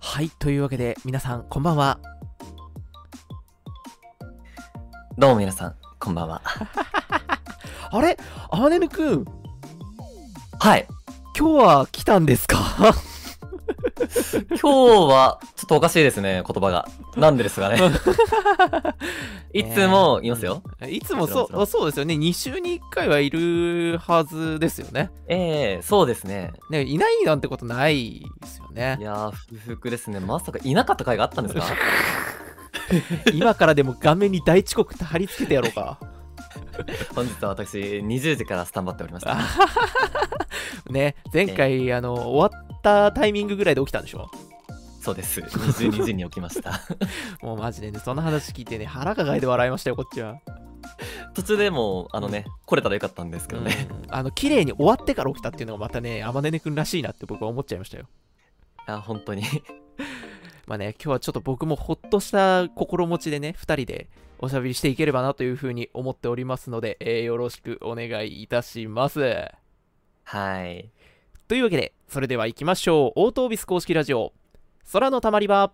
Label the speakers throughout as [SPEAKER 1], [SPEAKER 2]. [SPEAKER 1] はいというわけで皆さんこんばんは
[SPEAKER 2] どうも皆さん、こんばんは。
[SPEAKER 1] あれあまねるくん
[SPEAKER 2] はい。
[SPEAKER 1] 今日は来たんですか
[SPEAKER 2] 今日は、ちょっとおかしいですね、言葉が。なんでです がね。 いつも言いますよ。
[SPEAKER 1] いつもそ
[SPEAKER 2] もちろんもちろ
[SPEAKER 1] うそうですよね2週に1回はいるはずですよね
[SPEAKER 2] ええそうですね。
[SPEAKER 1] ねいないなんてことないですよね
[SPEAKER 2] いやー、不服ですね。まさかいなかった回があったんですか
[SPEAKER 1] 今からでも画面に大遅刻って貼り付けてやろう か
[SPEAKER 2] 本日は私、20時からスタンバっておりました。
[SPEAKER 1] あね前回あの終わったタイミングぐらいで起きたんでしょ
[SPEAKER 2] そうです。22時に起きました。
[SPEAKER 1] もうマジでねその話聞いてね腹抱えて笑いましたよこっちは
[SPEAKER 2] 途中でもう、あのね、来れたらよかったんですけどね。
[SPEAKER 1] うんあの綺麗に終わってから起きたっていうのがまたね、あまねねくんらしいなって僕は思っちゃいましたよ。
[SPEAKER 2] いや、本当に。
[SPEAKER 1] まあね、今日はちょっと僕もほっとした心持ちでね、2人でおしゃべりしていければなというふうに思っておりますので、えーよろしくお願いいたします。
[SPEAKER 2] はい。
[SPEAKER 1] というわけで、それでは行きましょう。オートオービス公式ラジオ、空のたまり場。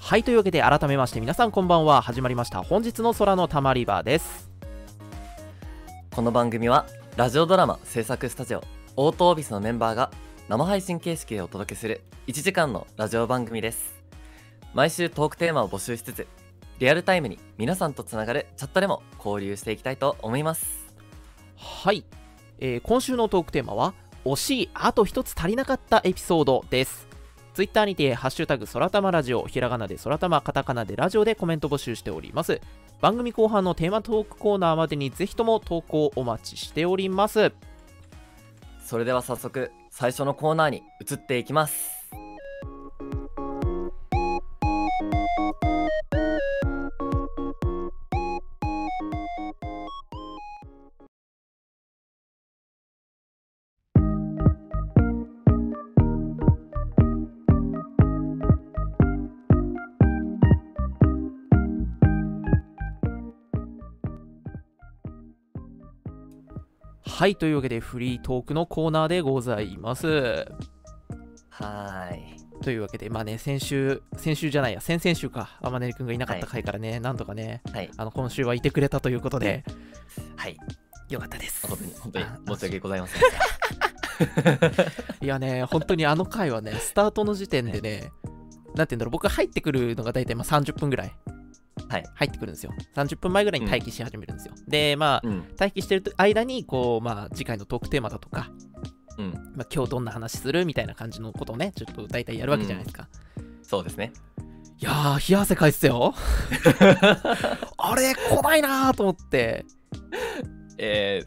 [SPEAKER 1] はい、というわけで改めまして皆さんこんばんは。始まりました。本日の空のたまり場です。
[SPEAKER 2] この番組は、ラジオドラマ制作スタジオ、オートオフィスのメンバーが生配信形式でお届けする1時間のラジオ番組です。毎週トークテーマを募集しつつ、リアルタイムに皆さんとつながるチャットでも交流していきたいと思います。
[SPEAKER 1] はい、えー今週のトークテーマは「惜しいあと一つ足りなかったエピソード」ですツイッターにて「ハッシュタグそらたまラジオ」ひらがなでそらたまカタカナでラジオでコメント募集しております番組後半のテーマトークコーナーまでにぜひとも投稿お待ちしております
[SPEAKER 2] それでは早速、最初のコーナーに移っていきます。
[SPEAKER 1] はいというわけでフリートークのコーナーでございます
[SPEAKER 2] はーい。
[SPEAKER 1] というわけでまあね先週先週じゃないや先々週かあまねりくんがいなかった回からね、なんとかね
[SPEAKER 2] はい。
[SPEAKER 1] あの今週はいてくれたということで
[SPEAKER 2] はい。
[SPEAKER 1] よかったです
[SPEAKER 2] 本当に、本当に申し訳ございません。
[SPEAKER 1] いやね、本当にあの回 はね、スタートの時点でね、なんて言うんだろう、僕入ってくるのが大体まあ30分ぐらい。
[SPEAKER 2] はい
[SPEAKER 1] 入ってくるんですよ。30分前ぐらいに待機し始めるんですよ。で、まあ、
[SPEAKER 2] うん。
[SPEAKER 1] 待機してる間に、こう、まあ、次回のトークテーマだとか、
[SPEAKER 2] うん。
[SPEAKER 1] まあ、今日どんな話するみたいな感じのことをね、ちょっと大体やるわけじゃないですか。
[SPEAKER 2] そうですね。
[SPEAKER 1] いやー、冷や汗かいてた よ。あれ、来ないなーと思って。
[SPEAKER 2] え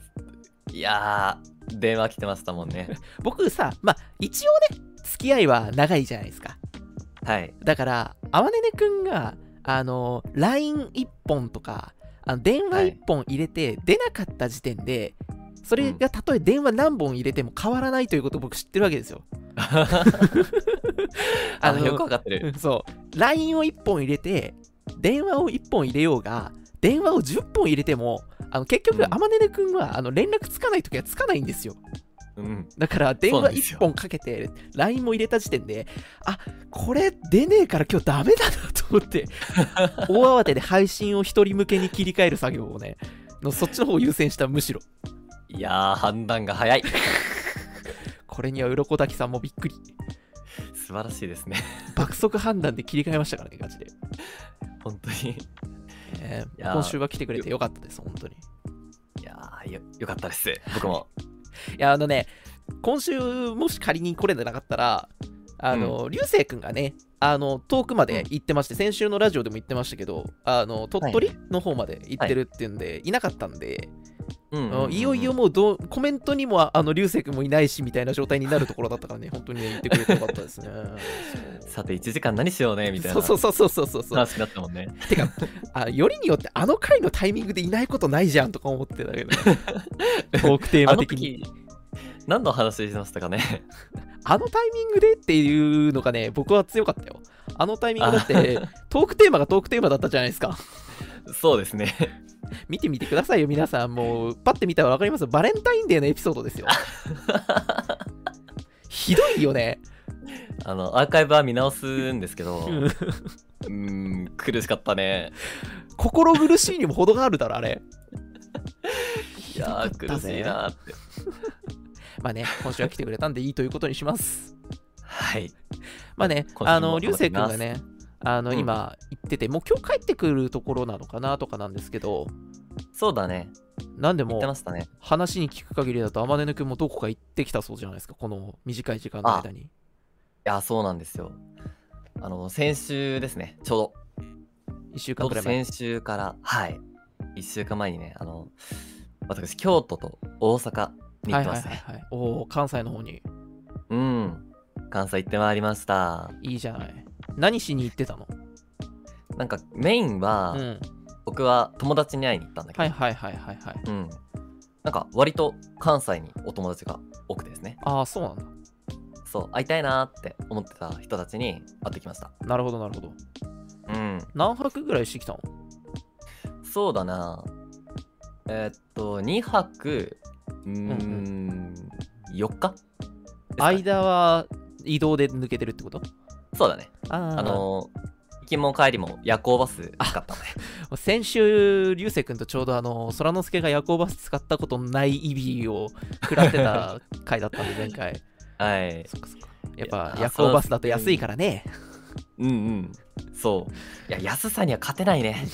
[SPEAKER 2] ー、いやー、電話来てましたもんね。
[SPEAKER 1] 僕さ、まあ、一応ね、付き合いは長いじゃないですか。
[SPEAKER 2] はい。
[SPEAKER 1] だから、あまねねくんが、あの、LINE1 本とか、あの電話
[SPEAKER 2] はい
[SPEAKER 1] 1本入れて出なかった時点で、それがたとえ電話何本入れても変わらないということを僕知ってるわけです よ。
[SPEAKER 2] あの、よくわかってる。
[SPEAKER 1] そう、LINE を1本入れて、電話を1本入れようが、電話を10本入れても、あの結
[SPEAKER 2] う
[SPEAKER 1] 局、
[SPEAKER 2] ん
[SPEAKER 1] あまねねくんはあの連絡つかないときはつかないんですよ。
[SPEAKER 2] うん。
[SPEAKER 1] だから、電
[SPEAKER 2] そうな
[SPEAKER 1] 話
[SPEAKER 2] んです
[SPEAKER 1] 1
[SPEAKER 2] よ
[SPEAKER 1] 本かけて、LINE も入れた時点で、あこれ出ねえから今日ダメだなと思って、 大慌てで配信を一人向けに切り替える作業をね、のそっちの方を優先した、むしろ。
[SPEAKER 2] いやー、判断が早い。
[SPEAKER 1] これには鱗滝さんもびっくり。
[SPEAKER 2] 素晴らしいですね。
[SPEAKER 1] 爆速判断で切り替えましたからね、ガチで。
[SPEAKER 2] 本当に。
[SPEAKER 1] えー
[SPEAKER 2] いやー
[SPEAKER 1] 今週は来てくれてよかったです、本当に。
[SPEAKER 2] いやー、よ、よかったです。僕も。
[SPEAKER 1] いや、あのね、今週もし仮に来れてなかったら、あの、流星くんがね、あの、遠くまで行ってまして、先週のラジオでも言ってましたけど、あの、鳥取の方まで行ってるっていうんで、い、なかったんで、
[SPEAKER 2] うん
[SPEAKER 1] うんいよいよもうどうコメントにもああの流星君もいないしみたいな状態になるところだったからね 本当にね言ってくれてよかったですね
[SPEAKER 2] さて1時間何しよう ねみたい
[SPEAKER 1] そ
[SPEAKER 2] な
[SPEAKER 1] うそうそうそうそうそうそう
[SPEAKER 2] 話になったもんね
[SPEAKER 1] てかあよりによってあの回のタイミングでいないことないじゃんとか思ってた けど、トークテーマ的に
[SPEAKER 2] あの時何の話してました かね
[SPEAKER 1] あのタイミングでっていうのがね僕は強かったよあのタイミングだってトークテーマがトークテーマだったじゃないですか
[SPEAKER 2] そうですね
[SPEAKER 1] 見てみてくださいよ皆さんもうパッて見たら分かりますよバレンタインデーのエピソードですよひどいよね
[SPEAKER 2] あのアーカイブは見直すんですけど
[SPEAKER 1] うん
[SPEAKER 2] うーん苦しかったね
[SPEAKER 1] 心苦しいにも程があるだろあれ
[SPEAKER 2] いやー
[SPEAKER 1] ひどかった
[SPEAKER 2] 苦
[SPEAKER 1] ぜ
[SPEAKER 2] しいなーって
[SPEAKER 1] まあね今週は来てくれたんでいいということにし ます
[SPEAKER 2] はい
[SPEAKER 1] まあね
[SPEAKER 2] 今週も
[SPEAKER 1] あの
[SPEAKER 2] 頑張
[SPEAKER 1] 流
[SPEAKER 2] っ
[SPEAKER 1] 星
[SPEAKER 2] ていき
[SPEAKER 1] 君
[SPEAKER 2] ます
[SPEAKER 1] がねあの
[SPEAKER 2] うん
[SPEAKER 1] 今言ってて、もう今日帰ってくるところなのかなとかなんですけど
[SPEAKER 2] そうだね
[SPEAKER 1] なんで
[SPEAKER 2] 言ってま
[SPEAKER 1] も
[SPEAKER 2] したね
[SPEAKER 1] 話に聞く限りだと天音君もどこか行ってきたそうじゃないですかこの短い時間の間に
[SPEAKER 2] いやそうなんですよあの先週ですねちょうど
[SPEAKER 1] 1週
[SPEAKER 2] ちょ
[SPEAKER 1] 間
[SPEAKER 2] う
[SPEAKER 1] く
[SPEAKER 2] ど
[SPEAKER 1] らい前
[SPEAKER 2] 先週から、はい。1週間前にね、あの、私、京都と大阪に行
[SPEAKER 1] は
[SPEAKER 2] っ
[SPEAKER 1] い
[SPEAKER 2] てま
[SPEAKER 1] はい
[SPEAKER 2] す
[SPEAKER 1] はい
[SPEAKER 2] ね。
[SPEAKER 1] はいおお関西の方に
[SPEAKER 2] うん。関西行ってまいりました。
[SPEAKER 1] いいじゃない何しに行ってたの
[SPEAKER 2] なんか、メインは、
[SPEAKER 1] うん
[SPEAKER 2] 僕は友達に会いに行ったんだけど、
[SPEAKER 1] はいはいはいはいはい
[SPEAKER 2] うん。なんか、割と関西にお友達が多くてですね、
[SPEAKER 1] ああそうなんだ
[SPEAKER 2] そう、会いたいなーって思ってた人たちに会ってきました。
[SPEAKER 1] なるほどなるほど
[SPEAKER 2] うん。
[SPEAKER 1] 何泊ぐらいしてきたの
[SPEAKER 2] そうだな。えーっと、2泊、うーん、
[SPEAKER 1] うん
[SPEAKER 2] 4日ですかね
[SPEAKER 1] 間は移動で抜けてるってこと
[SPEAKER 2] そうだね。
[SPEAKER 1] あー
[SPEAKER 2] あの行きも帰りも夜行バス使ったので、
[SPEAKER 1] 先週流星君とちょうどあの空之助が夜行バス使ったことないイビーを食らってた回だったんで前回
[SPEAKER 2] は い。
[SPEAKER 1] そっかそっかやっぱ
[SPEAKER 2] いや
[SPEAKER 1] 夜行バスだと安いからね
[SPEAKER 2] うんうん。そう。いや、安さには勝てないね。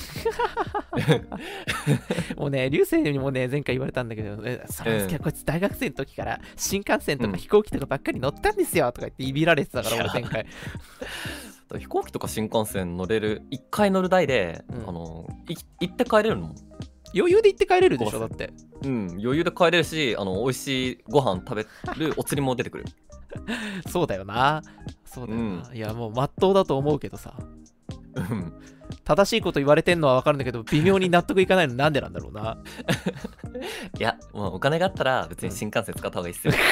[SPEAKER 1] もうね流星にもね前回言われたんだけどね空之助はこいつ大学生の時から新幹線と
[SPEAKER 2] うん
[SPEAKER 1] か飛行機とかばっかり乗ったんですよとか言っていびられてたから
[SPEAKER 2] い
[SPEAKER 1] 俺
[SPEAKER 2] や
[SPEAKER 1] 前回
[SPEAKER 2] 飛行機とか新幹線乗れる、一回乗る台で、
[SPEAKER 1] うん
[SPEAKER 2] あのい行って帰れるのも、
[SPEAKER 1] 余裕で行って帰れるでしょだ
[SPEAKER 2] 怖
[SPEAKER 1] っ
[SPEAKER 2] す
[SPEAKER 1] て
[SPEAKER 2] うん、余裕で帰れるし、あの美味しいご飯食べ るお釣りも出てくる。
[SPEAKER 1] そうだよなそうだよな、
[SPEAKER 2] う
[SPEAKER 1] いやもう真っ当だと思うけどさ
[SPEAKER 2] うん
[SPEAKER 1] 正しいこと言われてんのは分かるんだけど微妙に納得いかないのなんでなんだろうない
[SPEAKER 2] や、もうお金があったら別に新幹線使った方がいいっすよ。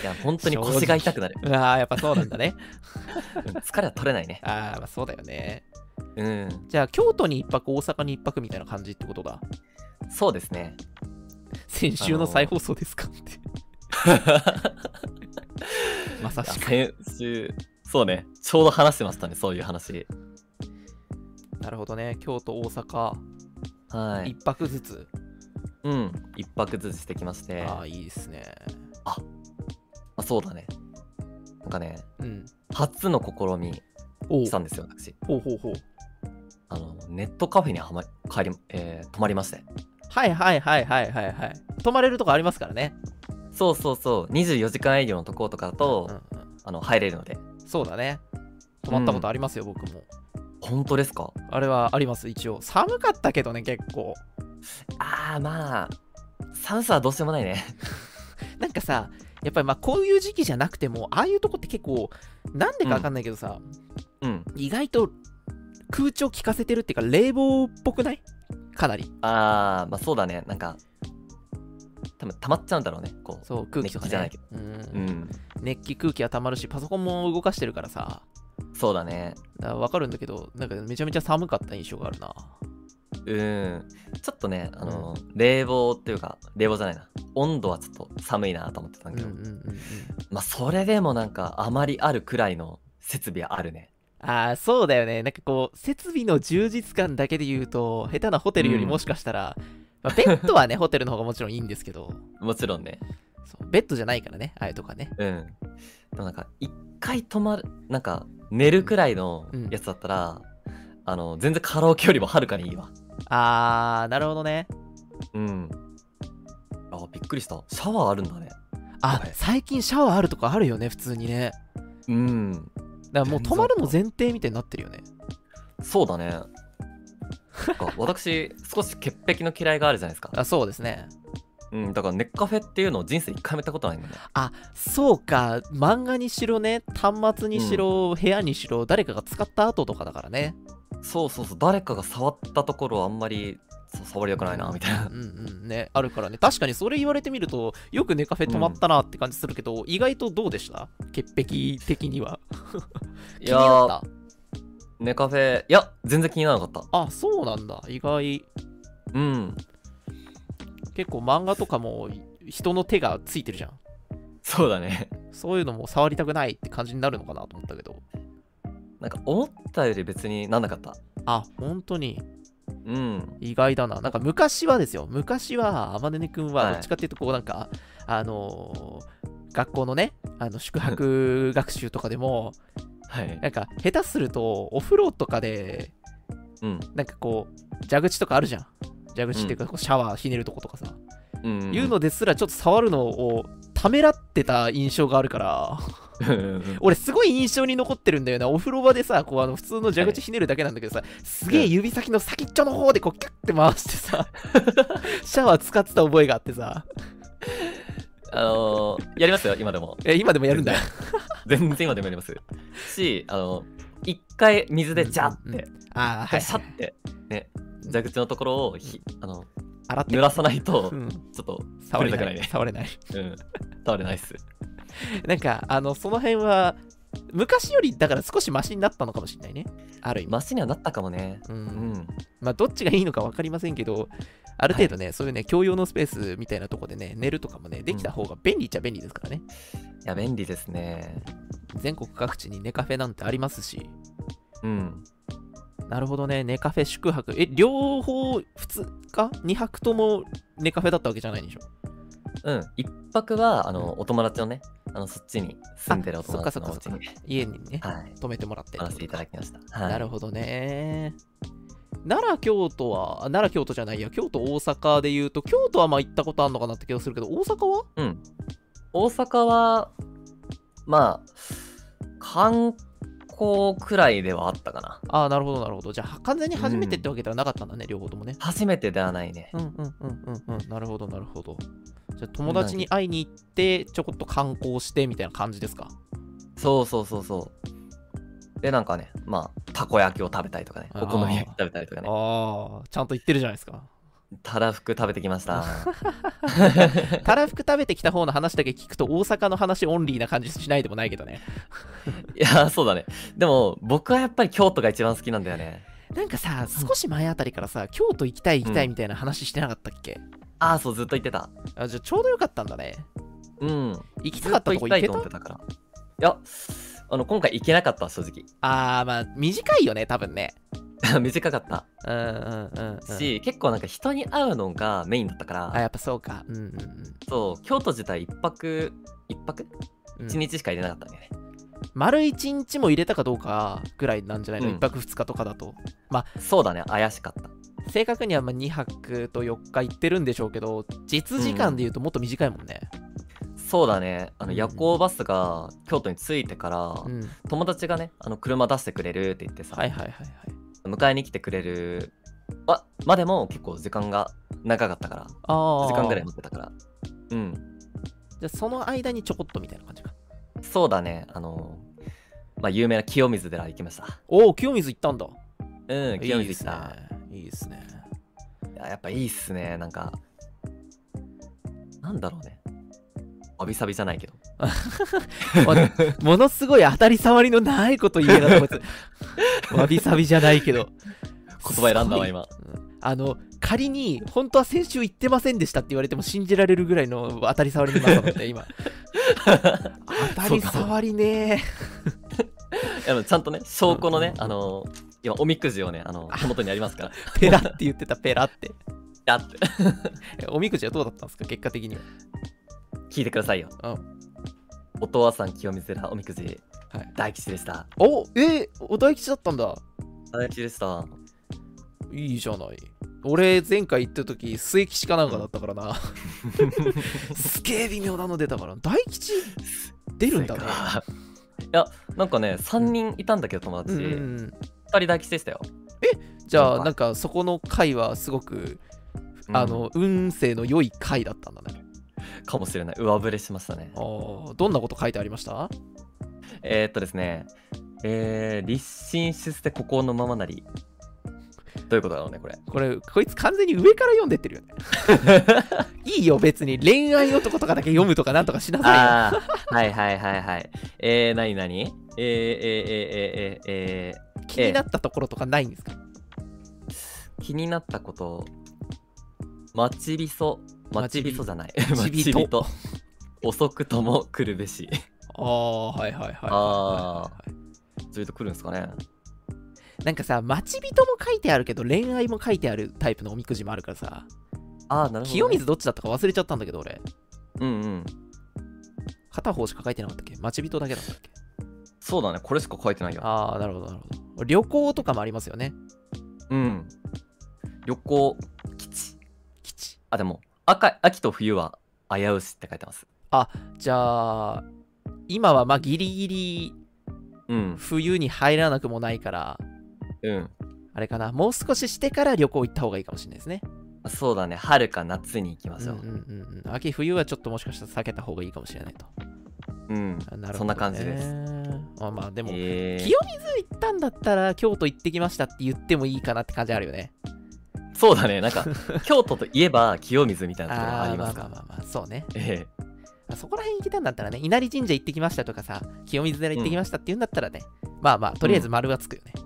[SPEAKER 2] いや、本当に腰が痛くなる。
[SPEAKER 1] あーやっぱそうなんだね
[SPEAKER 2] うん疲れは取れないね。
[SPEAKER 1] ああ、まあそうだよね。
[SPEAKER 2] うん、
[SPEAKER 1] じゃあ、京都に1泊、大阪に1泊みたいな感じってことだ。
[SPEAKER 2] そうですね。
[SPEAKER 1] 先週の再放送ですかって。 まさしく。
[SPEAKER 2] 先週、そうね、ちょうど話してましたね、そういう話。
[SPEAKER 1] なるほどね。京都、大阪、
[SPEAKER 2] はい。
[SPEAKER 1] 1泊ずつ。
[SPEAKER 2] うん、一泊ずつしてきまして、
[SPEAKER 1] ああ、
[SPEAKER 2] あ
[SPEAKER 1] いいですね。
[SPEAKER 2] そうだね。なんかね、
[SPEAKER 1] うん。
[SPEAKER 2] 初の試み
[SPEAKER 1] おう
[SPEAKER 2] したんですよ、私。
[SPEAKER 1] ほうほうほう。
[SPEAKER 2] あの、ネットカフェにはま帰り、えー泊まりまして。
[SPEAKER 1] はいはいはいはいはいはい。泊まれるとこありますからね。
[SPEAKER 2] そうそうそう、24時間営業のとことかだと、
[SPEAKER 1] うんうん
[SPEAKER 2] あの入れるので。
[SPEAKER 1] そうだね。泊まったことありますよ、僕も。
[SPEAKER 2] 本当ですか
[SPEAKER 1] あれはあります、一応。寒かったけどね、結構。
[SPEAKER 2] ああ、まあ、寒さはどうしようもないね。
[SPEAKER 1] なんかさやっぱりまあこういう時期じゃなくてもああいうとこって結構なんでかわかんないけどさ、
[SPEAKER 2] うん。
[SPEAKER 1] 意外と空調効かせてるっていうか冷房っぽくないかなり
[SPEAKER 2] ああ、まあそうだね、なんか、多分溜まっちゃうんだろうね、こう。
[SPEAKER 1] そう空気とかね
[SPEAKER 2] 熱気じゃないけど
[SPEAKER 1] うん
[SPEAKER 2] うん、
[SPEAKER 1] 熱気空気はたまるしパソコンも動かしてるからさ
[SPEAKER 2] そうだね。
[SPEAKER 1] だからわかるんだけどなんかめちゃめちゃ寒かった印象があるな
[SPEAKER 2] うん、ちょっとね、あの、冷房っていうか、冷房じゃないな、温度はちょっと寒いなと思ってた
[SPEAKER 1] うんんう
[SPEAKER 2] だ
[SPEAKER 1] ん
[SPEAKER 2] け
[SPEAKER 1] う
[SPEAKER 2] ど、
[SPEAKER 1] んうん
[SPEAKER 2] まあ、それでもなんか、あまりあるくらいの設備はあるね。
[SPEAKER 1] ああそうだよねなんかこう設備の充実感だけで言うと下手なホテルよりもしかしたら、まあ、ベッドはね ホテルの方がもちろんいいんですけど
[SPEAKER 2] もちろんね。
[SPEAKER 1] そうベッドじゃないからねああいうとこはね
[SPEAKER 2] うん。でもなんか、一回泊まる、なんか、寝るくらいの
[SPEAKER 1] うん
[SPEAKER 2] やつだったら、あの、全然カラオケよりもはるかにいいわ。
[SPEAKER 1] あーなるほどね
[SPEAKER 2] うん。あ、びっくりした。シャワーあるんだね。
[SPEAKER 1] あ、
[SPEAKER 2] はい
[SPEAKER 1] 最近シャワーあるとかあるよね普通にね
[SPEAKER 2] うん。
[SPEAKER 1] だからもう
[SPEAKER 2] 全然
[SPEAKER 1] 泊まるの前提みたいになってるよね
[SPEAKER 2] そうだね。そっか私少し潔癖の嫌いがあるじゃないですか、
[SPEAKER 1] あそうですね
[SPEAKER 2] うん、だからネッカフェっていうのを人生一回もやったことないんだね
[SPEAKER 1] そうか漫画にしろね端末にしろ、部屋にしろ誰かが使った後とかだからね
[SPEAKER 2] そうそうそう誰かが触ったところあんまりそう触りよくないなみたいな
[SPEAKER 1] うんうんねあるからね確かにそれ言われてみるとよくネカフェ止まったなって感じするけど、意外とどうでした潔癖的にはい気になっ
[SPEAKER 2] や
[SPEAKER 1] た
[SPEAKER 2] ネカフェいや全然気にならなかっ
[SPEAKER 1] あそうなんだ意外
[SPEAKER 2] たうん
[SPEAKER 1] 結構漫画とかも人の手がついてるじゃん
[SPEAKER 2] そうだね
[SPEAKER 1] そういうのも触りたくないって感じになるのかなと思ったけど
[SPEAKER 2] なんか思ったより別になんなかった
[SPEAKER 1] あ本当に
[SPEAKER 2] うん
[SPEAKER 1] 意外だななんか昔はですよ昔は天音くん
[SPEAKER 2] は
[SPEAKER 1] はいどっちかっていうとこうなんか、あのー学校のねあの宿泊学習とかでも
[SPEAKER 2] はい
[SPEAKER 1] なんか下手するとお風呂とかで
[SPEAKER 2] うん
[SPEAKER 1] なんかこう蛇口とかあるじゃん蛇口っていうかこうシャワーひねるとことかさ、
[SPEAKER 2] うんん
[SPEAKER 1] いうのですらちょっと触るのをためらってた印象があるから
[SPEAKER 2] うんうん
[SPEAKER 1] 俺すごい印象に残ってるんだよなお風呂場でさこうあの普通の蛇口ひねるだけなんだけどさすげえ指先の先っちょの方でこうキュッて回して さシャワー使ってた覚えがあってさ
[SPEAKER 2] あのーやりますよ今でも
[SPEAKER 1] え今でもやるんだ
[SPEAKER 2] 全然今でもやりますしあの一回水でジャって、
[SPEAKER 1] うんうんああーはい
[SPEAKER 2] シャってね蛇口のところをひあの
[SPEAKER 1] 洗って
[SPEAKER 2] 濡らさないと
[SPEAKER 1] うん
[SPEAKER 2] ちょっと触
[SPEAKER 1] 触
[SPEAKER 2] れ
[SPEAKER 1] れ
[SPEAKER 2] たくな
[SPEAKER 1] ないい
[SPEAKER 2] ね
[SPEAKER 1] 触れない
[SPEAKER 2] うん触れないっす
[SPEAKER 1] なんかあのその辺は昔よりだから少しマシになったのかもしれないねある意味、
[SPEAKER 2] マシにはなったかもね
[SPEAKER 1] う
[SPEAKER 2] うんん
[SPEAKER 1] まあ、どっちがいいのか分かりませんけどある程度ね、そういうね共用のスペースみたいなとこでね寝るとかもねできた方が便利っちゃ便利ですからね
[SPEAKER 2] いや便利ですね
[SPEAKER 1] 全国各地にネカフェなんてありますし
[SPEAKER 2] うん
[SPEAKER 1] なるほどね、ネカフェ宿泊。え、両方2日 ?2 泊ともネカフェだったわけじゃないんでしょ
[SPEAKER 2] うん一泊はあのお友達のねあのそっちに住んでるお友達の
[SPEAKER 1] あ
[SPEAKER 2] お
[SPEAKER 1] そっ
[SPEAKER 2] 家
[SPEAKER 1] かそっかそっか
[SPEAKER 2] に
[SPEAKER 1] 家にね、
[SPEAKER 2] はい
[SPEAKER 1] 泊めてもらって
[SPEAKER 2] 泊まらせていただきましたはい
[SPEAKER 1] なるほどね。奈良、京都は、あ奈良、京都じゃないや、京都、大阪で言うと、京都はまあ行ったことあるのかなって気がするけど、大阪は
[SPEAKER 2] うん大阪はまあ観光くらいではあったかな
[SPEAKER 1] ああ、なるほど、なるほど。じゃあ、完全に初めてってわけではなかったんだね、両方ともね。
[SPEAKER 2] 初めてではないね
[SPEAKER 1] うんうんうんうんうん。なるほど、なるほど。じゃあ、友達に会いに行って、ちょこっと観光してみたいな感じですか。
[SPEAKER 2] そうそうそうそうでなんかねまあたこ焼きを食べたりとかね
[SPEAKER 1] あー
[SPEAKER 2] お好み焼き食べたりとかね
[SPEAKER 1] ああ、ちゃんと行ってるじゃないです か。
[SPEAKER 2] たらふく食べてきました
[SPEAKER 1] たらふく食べてきた方の話だけ聞くと大阪の話オンリーな感じしないでもないけどね
[SPEAKER 2] いやそうだねでも僕はやっぱり京都が一番好きなんだよね
[SPEAKER 1] なんかさ少し前あたりからさ京都行きたい行きたいみたいな話してなかったっけ、
[SPEAKER 2] ああそうずっと言ってた
[SPEAKER 1] あじゃあちょうどよかったんだね
[SPEAKER 2] うん
[SPEAKER 1] 行き
[SPEAKER 2] ず
[SPEAKER 1] たか
[SPEAKER 2] っ
[SPEAKER 1] った
[SPEAKER 2] と
[SPEAKER 1] とこ行
[SPEAKER 2] 行きたい
[SPEAKER 1] け
[SPEAKER 2] と
[SPEAKER 1] た
[SPEAKER 2] 思ってたからいやあの今回行けなかった正
[SPEAKER 1] ああまあ短いよね多分ね
[SPEAKER 2] 直 短かった
[SPEAKER 1] うんうんうん、うん、
[SPEAKER 2] し、結構なんか人に会うのがメインだったから、
[SPEAKER 1] あやっぱそうかうんうん
[SPEAKER 2] そう京都自体一泊一泊
[SPEAKER 1] うん
[SPEAKER 2] 一日しか入れなかったんだよね、
[SPEAKER 1] 丸一日も入れたかどうかぐらいなんじゃないの、
[SPEAKER 2] うん
[SPEAKER 1] 一泊二日とかだと
[SPEAKER 2] そうだね怪しかった
[SPEAKER 1] 正確にはまあ2泊と4日行ってるんでしょうけど実時間で言うともっと短いもんね、
[SPEAKER 2] そうだねあの
[SPEAKER 1] うん
[SPEAKER 2] 夜行バスが京都に着いてから、
[SPEAKER 1] うん、
[SPEAKER 2] 友達がねあの車出してくれるって言ってさ、
[SPEAKER 1] はいはいはいはい
[SPEAKER 2] 迎えに来てくれるあまでも結構時間が長かったから
[SPEAKER 1] ああ
[SPEAKER 2] 時間ぐらい待ってたからうん
[SPEAKER 1] じゃあその間にちょこっとみたいな感じか。
[SPEAKER 2] そうだねあのまあ有名な清水寺行きました
[SPEAKER 1] おお、清水行ったんだ。
[SPEAKER 2] うん清水行った
[SPEAKER 1] いいですね。
[SPEAKER 2] いややっぱいいっすねなんかなんだろうねわびさびじゃないけど
[SPEAKER 1] いいっすね ものすごい当たり障りのないこと言えなこいつ。 わびさびじゃないけど。
[SPEAKER 2] 言葉選んだわ今
[SPEAKER 1] すごい。うんあの、仮に、本当は先週行ってませんでしたって言われても信じられるぐらいの当たり障りのなさだった、 今。当たり障りね
[SPEAKER 2] いやでもちゃんとね証拠のね、
[SPEAKER 1] うん
[SPEAKER 2] あの今おみくじをねあの手元にありま すから
[SPEAKER 1] え。ペラって言ってた、ペラって。
[SPEAKER 2] やって
[SPEAKER 1] えおみくじはどうだったんですか、結果的には。
[SPEAKER 2] 聞いてくださいよ
[SPEAKER 1] うん。
[SPEAKER 2] お父さん清水寺おみくじ、
[SPEAKER 1] はい
[SPEAKER 2] 大吉でした
[SPEAKER 1] おえお大吉だったんだ。
[SPEAKER 2] 大吉でした
[SPEAKER 1] いいじゃない。俺、前回行った時、末吉かなんかだったからな。すげえ微妙なの出たから。大吉出るんだね。
[SPEAKER 2] それかいやなんかね3人いたんだけど友
[SPEAKER 1] うん
[SPEAKER 2] 達、
[SPEAKER 1] う
[SPEAKER 2] 二
[SPEAKER 1] んうん、
[SPEAKER 2] 2人大吉でしたよ
[SPEAKER 1] じゃ
[SPEAKER 2] そう
[SPEAKER 1] あ
[SPEAKER 2] か
[SPEAKER 1] なんかそこの回はすごく、
[SPEAKER 2] うん
[SPEAKER 1] あの運勢の良い回だったんだね
[SPEAKER 2] かもしれない上振れしましたね
[SPEAKER 1] あーどんなこと書いてありました
[SPEAKER 2] えー、っとですねえー、立身出世孤高のままなりどういうことだろうねこれ
[SPEAKER 1] これこいつ完全に上から読んでってるよ ねいいよ別に恋愛男とかだけ読むとかなんとかしなさいよ
[SPEAKER 2] ああはいはいはいはいえー、なになにえー、えー、えー、えー、えー、え
[SPEAKER 1] 気になったところとかないんですか
[SPEAKER 2] ー、気になったこと待ちびそ待ちびそじゃない
[SPEAKER 1] ち
[SPEAKER 2] 待
[SPEAKER 1] び
[SPEAKER 2] ち
[SPEAKER 1] と
[SPEAKER 2] びと遅くとも来るべし
[SPEAKER 1] ああはいはいはいはいはい
[SPEAKER 2] あ
[SPEAKER 1] はい
[SPEAKER 2] ずっと来るんですかね
[SPEAKER 1] なんかさ待ち人も書いてあるけど恋愛も書いてあるタイプのおみくじもあるからさ
[SPEAKER 2] ああなるほど、ね、
[SPEAKER 1] 清水どっちだったか忘れちゃったんだけど俺
[SPEAKER 2] うんうん
[SPEAKER 1] 片方しか書いてなかったっけ待ち人だけだったっけ
[SPEAKER 2] そうだねこれしか書いてないよ
[SPEAKER 1] ああなるほどなるほど旅行とかもありますよね
[SPEAKER 2] うん旅行基地
[SPEAKER 1] 基地
[SPEAKER 2] あでも赤秋と冬は危うしって書いてます
[SPEAKER 1] じゃあ今はまあギリギリ
[SPEAKER 2] うん
[SPEAKER 1] 冬に入らなくもないから
[SPEAKER 2] うん
[SPEAKER 1] あれかなもう少ししてから旅行行った方がいいかもしれないですね
[SPEAKER 2] そうだね春か夏に行きま
[SPEAKER 1] うん
[SPEAKER 2] し
[SPEAKER 1] う
[SPEAKER 2] ょ
[SPEAKER 1] ん
[SPEAKER 2] う
[SPEAKER 1] うんうん秋冬はちょっともしかしたら避けた方がいいかもしれないと
[SPEAKER 2] うん、
[SPEAKER 1] あなるほど、ね、
[SPEAKER 2] そんな感じです
[SPEAKER 1] あまあでも、
[SPEAKER 2] えー
[SPEAKER 1] 清水行ったんだったら京都行ってきましたって言ってもいいかなって感じあるよね
[SPEAKER 2] そうだねなんか京都といえば清水みたいなところ
[SPEAKER 1] あ
[SPEAKER 2] あ
[SPEAKER 1] ー
[SPEAKER 2] り
[SPEAKER 1] ま
[SPEAKER 2] ま
[SPEAKER 1] あ
[SPEAKER 2] すか
[SPEAKER 1] まあ
[SPEAKER 2] ら
[SPEAKER 1] まあまあそうね
[SPEAKER 2] え
[SPEAKER 1] まあそこら辺行けたんだったらね稲荷神社行ってきましたとかさ清水寺行ってきましたって言うんだったらね、まあまあとりあえず丸はつくよね、
[SPEAKER 2] え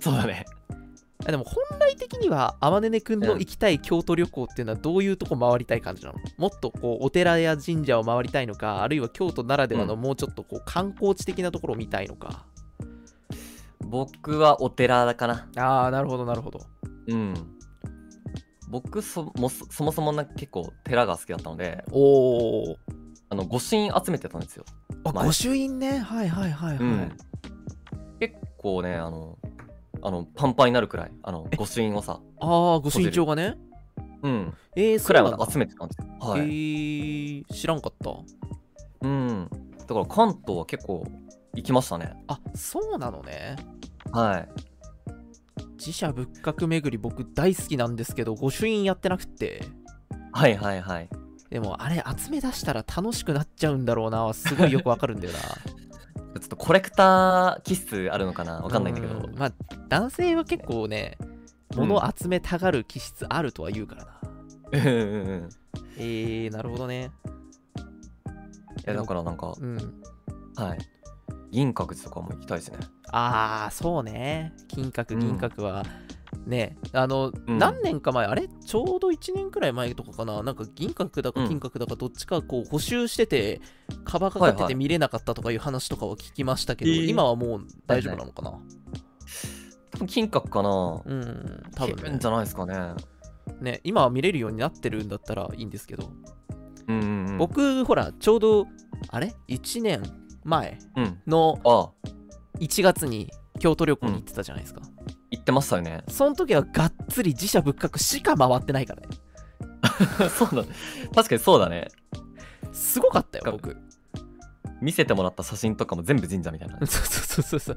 [SPEAKER 2] そうだね
[SPEAKER 1] あでも本来的には天音くんの
[SPEAKER 2] うん
[SPEAKER 1] 行きたい京都旅行っていうのはどういうとこ回りたい感じなのもっとこうお寺や神社を回りたいのかあるいは京都ならではの
[SPEAKER 2] う
[SPEAKER 1] もうちょっとこう観光地的なところを見たいのか、
[SPEAKER 2] 僕はお寺かな
[SPEAKER 1] ああなるほどなるほど
[SPEAKER 2] うん僕そもそそもそもな結構寺が好きだったので
[SPEAKER 1] おお
[SPEAKER 2] あの御朱印集めてたんですよ、
[SPEAKER 1] あ
[SPEAKER 2] まあ
[SPEAKER 1] 御朱印ねはいはいはいはい、
[SPEAKER 2] うん結構ねあのあのパンパンになるくらいあの御朱印をさ
[SPEAKER 1] ああ御朱印帳がね
[SPEAKER 2] うん
[SPEAKER 1] えー、そ
[SPEAKER 2] く
[SPEAKER 1] う
[SPEAKER 2] らい
[SPEAKER 1] なんだ
[SPEAKER 2] まで集めてたんですよはい、
[SPEAKER 1] えー、知らんかった
[SPEAKER 2] うんだから関東は結構行きましたね
[SPEAKER 1] あそうなのね
[SPEAKER 2] はい
[SPEAKER 1] 自社仏閣巡り僕大好きなんですけど御朱印やってなくって
[SPEAKER 2] はいはいはい
[SPEAKER 1] でもあれ集め出したら楽しくなっちゃうんだろうなすごいよくわかるんだよな
[SPEAKER 2] ちょっとコレクター気質あるのか なわかんないんだけど
[SPEAKER 1] うまあ男性は結構ね
[SPEAKER 2] うん
[SPEAKER 1] 物を集めたがる気質あるとは言うからな、
[SPEAKER 2] うんうんうんい
[SPEAKER 1] えー、なるほどね
[SPEAKER 2] やだからなんか
[SPEAKER 1] うん
[SPEAKER 2] はい銀閣寺とかも行きたいですね
[SPEAKER 1] ああそうね金閣
[SPEAKER 2] うん
[SPEAKER 1] 銀閣は、ねあの、
[SPEAKER 2] うん
[SPEAKER 1] 何年か前あれちょうど1年くらい前とかかななんか銀閣だか金閣だかどっちかこう補修しててカバーかかって
[SPEAKER 2] はいは
[SPEAKER 1] て
[SPEAKER 2] い
[SPEAKER 1] 見れなかったとかいう話とかは聞きましたけど、
[SPEAKER 2] えー
[SPEAKER 1] 今はもう大丈夫なのかな、
[SPEAKER 2] 多分金閣かな
[SPEAKER 1] うん多分
[SPEAKER 2] 行け
[SPEAKER 1] ね
[SPEAKER 2] るんじゃないですかね
[SPEAKER 1] ね、今は見れるようになってるんだったらいいんですけど、
[SPEAKER 2] うんうんうん
[SPEAKER 1] 僕ほらちょうどあれ1年前
[SPEAKER 2] うん
[SPEAKER 1] の
[SPEAKER 2] あ
[SPEAKER 1] 1月に京都旅行に行ってたじゃないですか、
[SPEAKER 2] 行ってましたよね
[SPEAKER 1] その時はがっつり自社仏閣しか回ってないからね
[SPEAKER 2] そうだね確かにそうだね
[SPEAKER 1] すごかったよ
[SPEAKER 2] か
[SPEAKER 1] 僕
[SPEAKER 2] 見せてもらった写真とかも全部神社みたいな
[SPEAKER 1] そうそうそうそう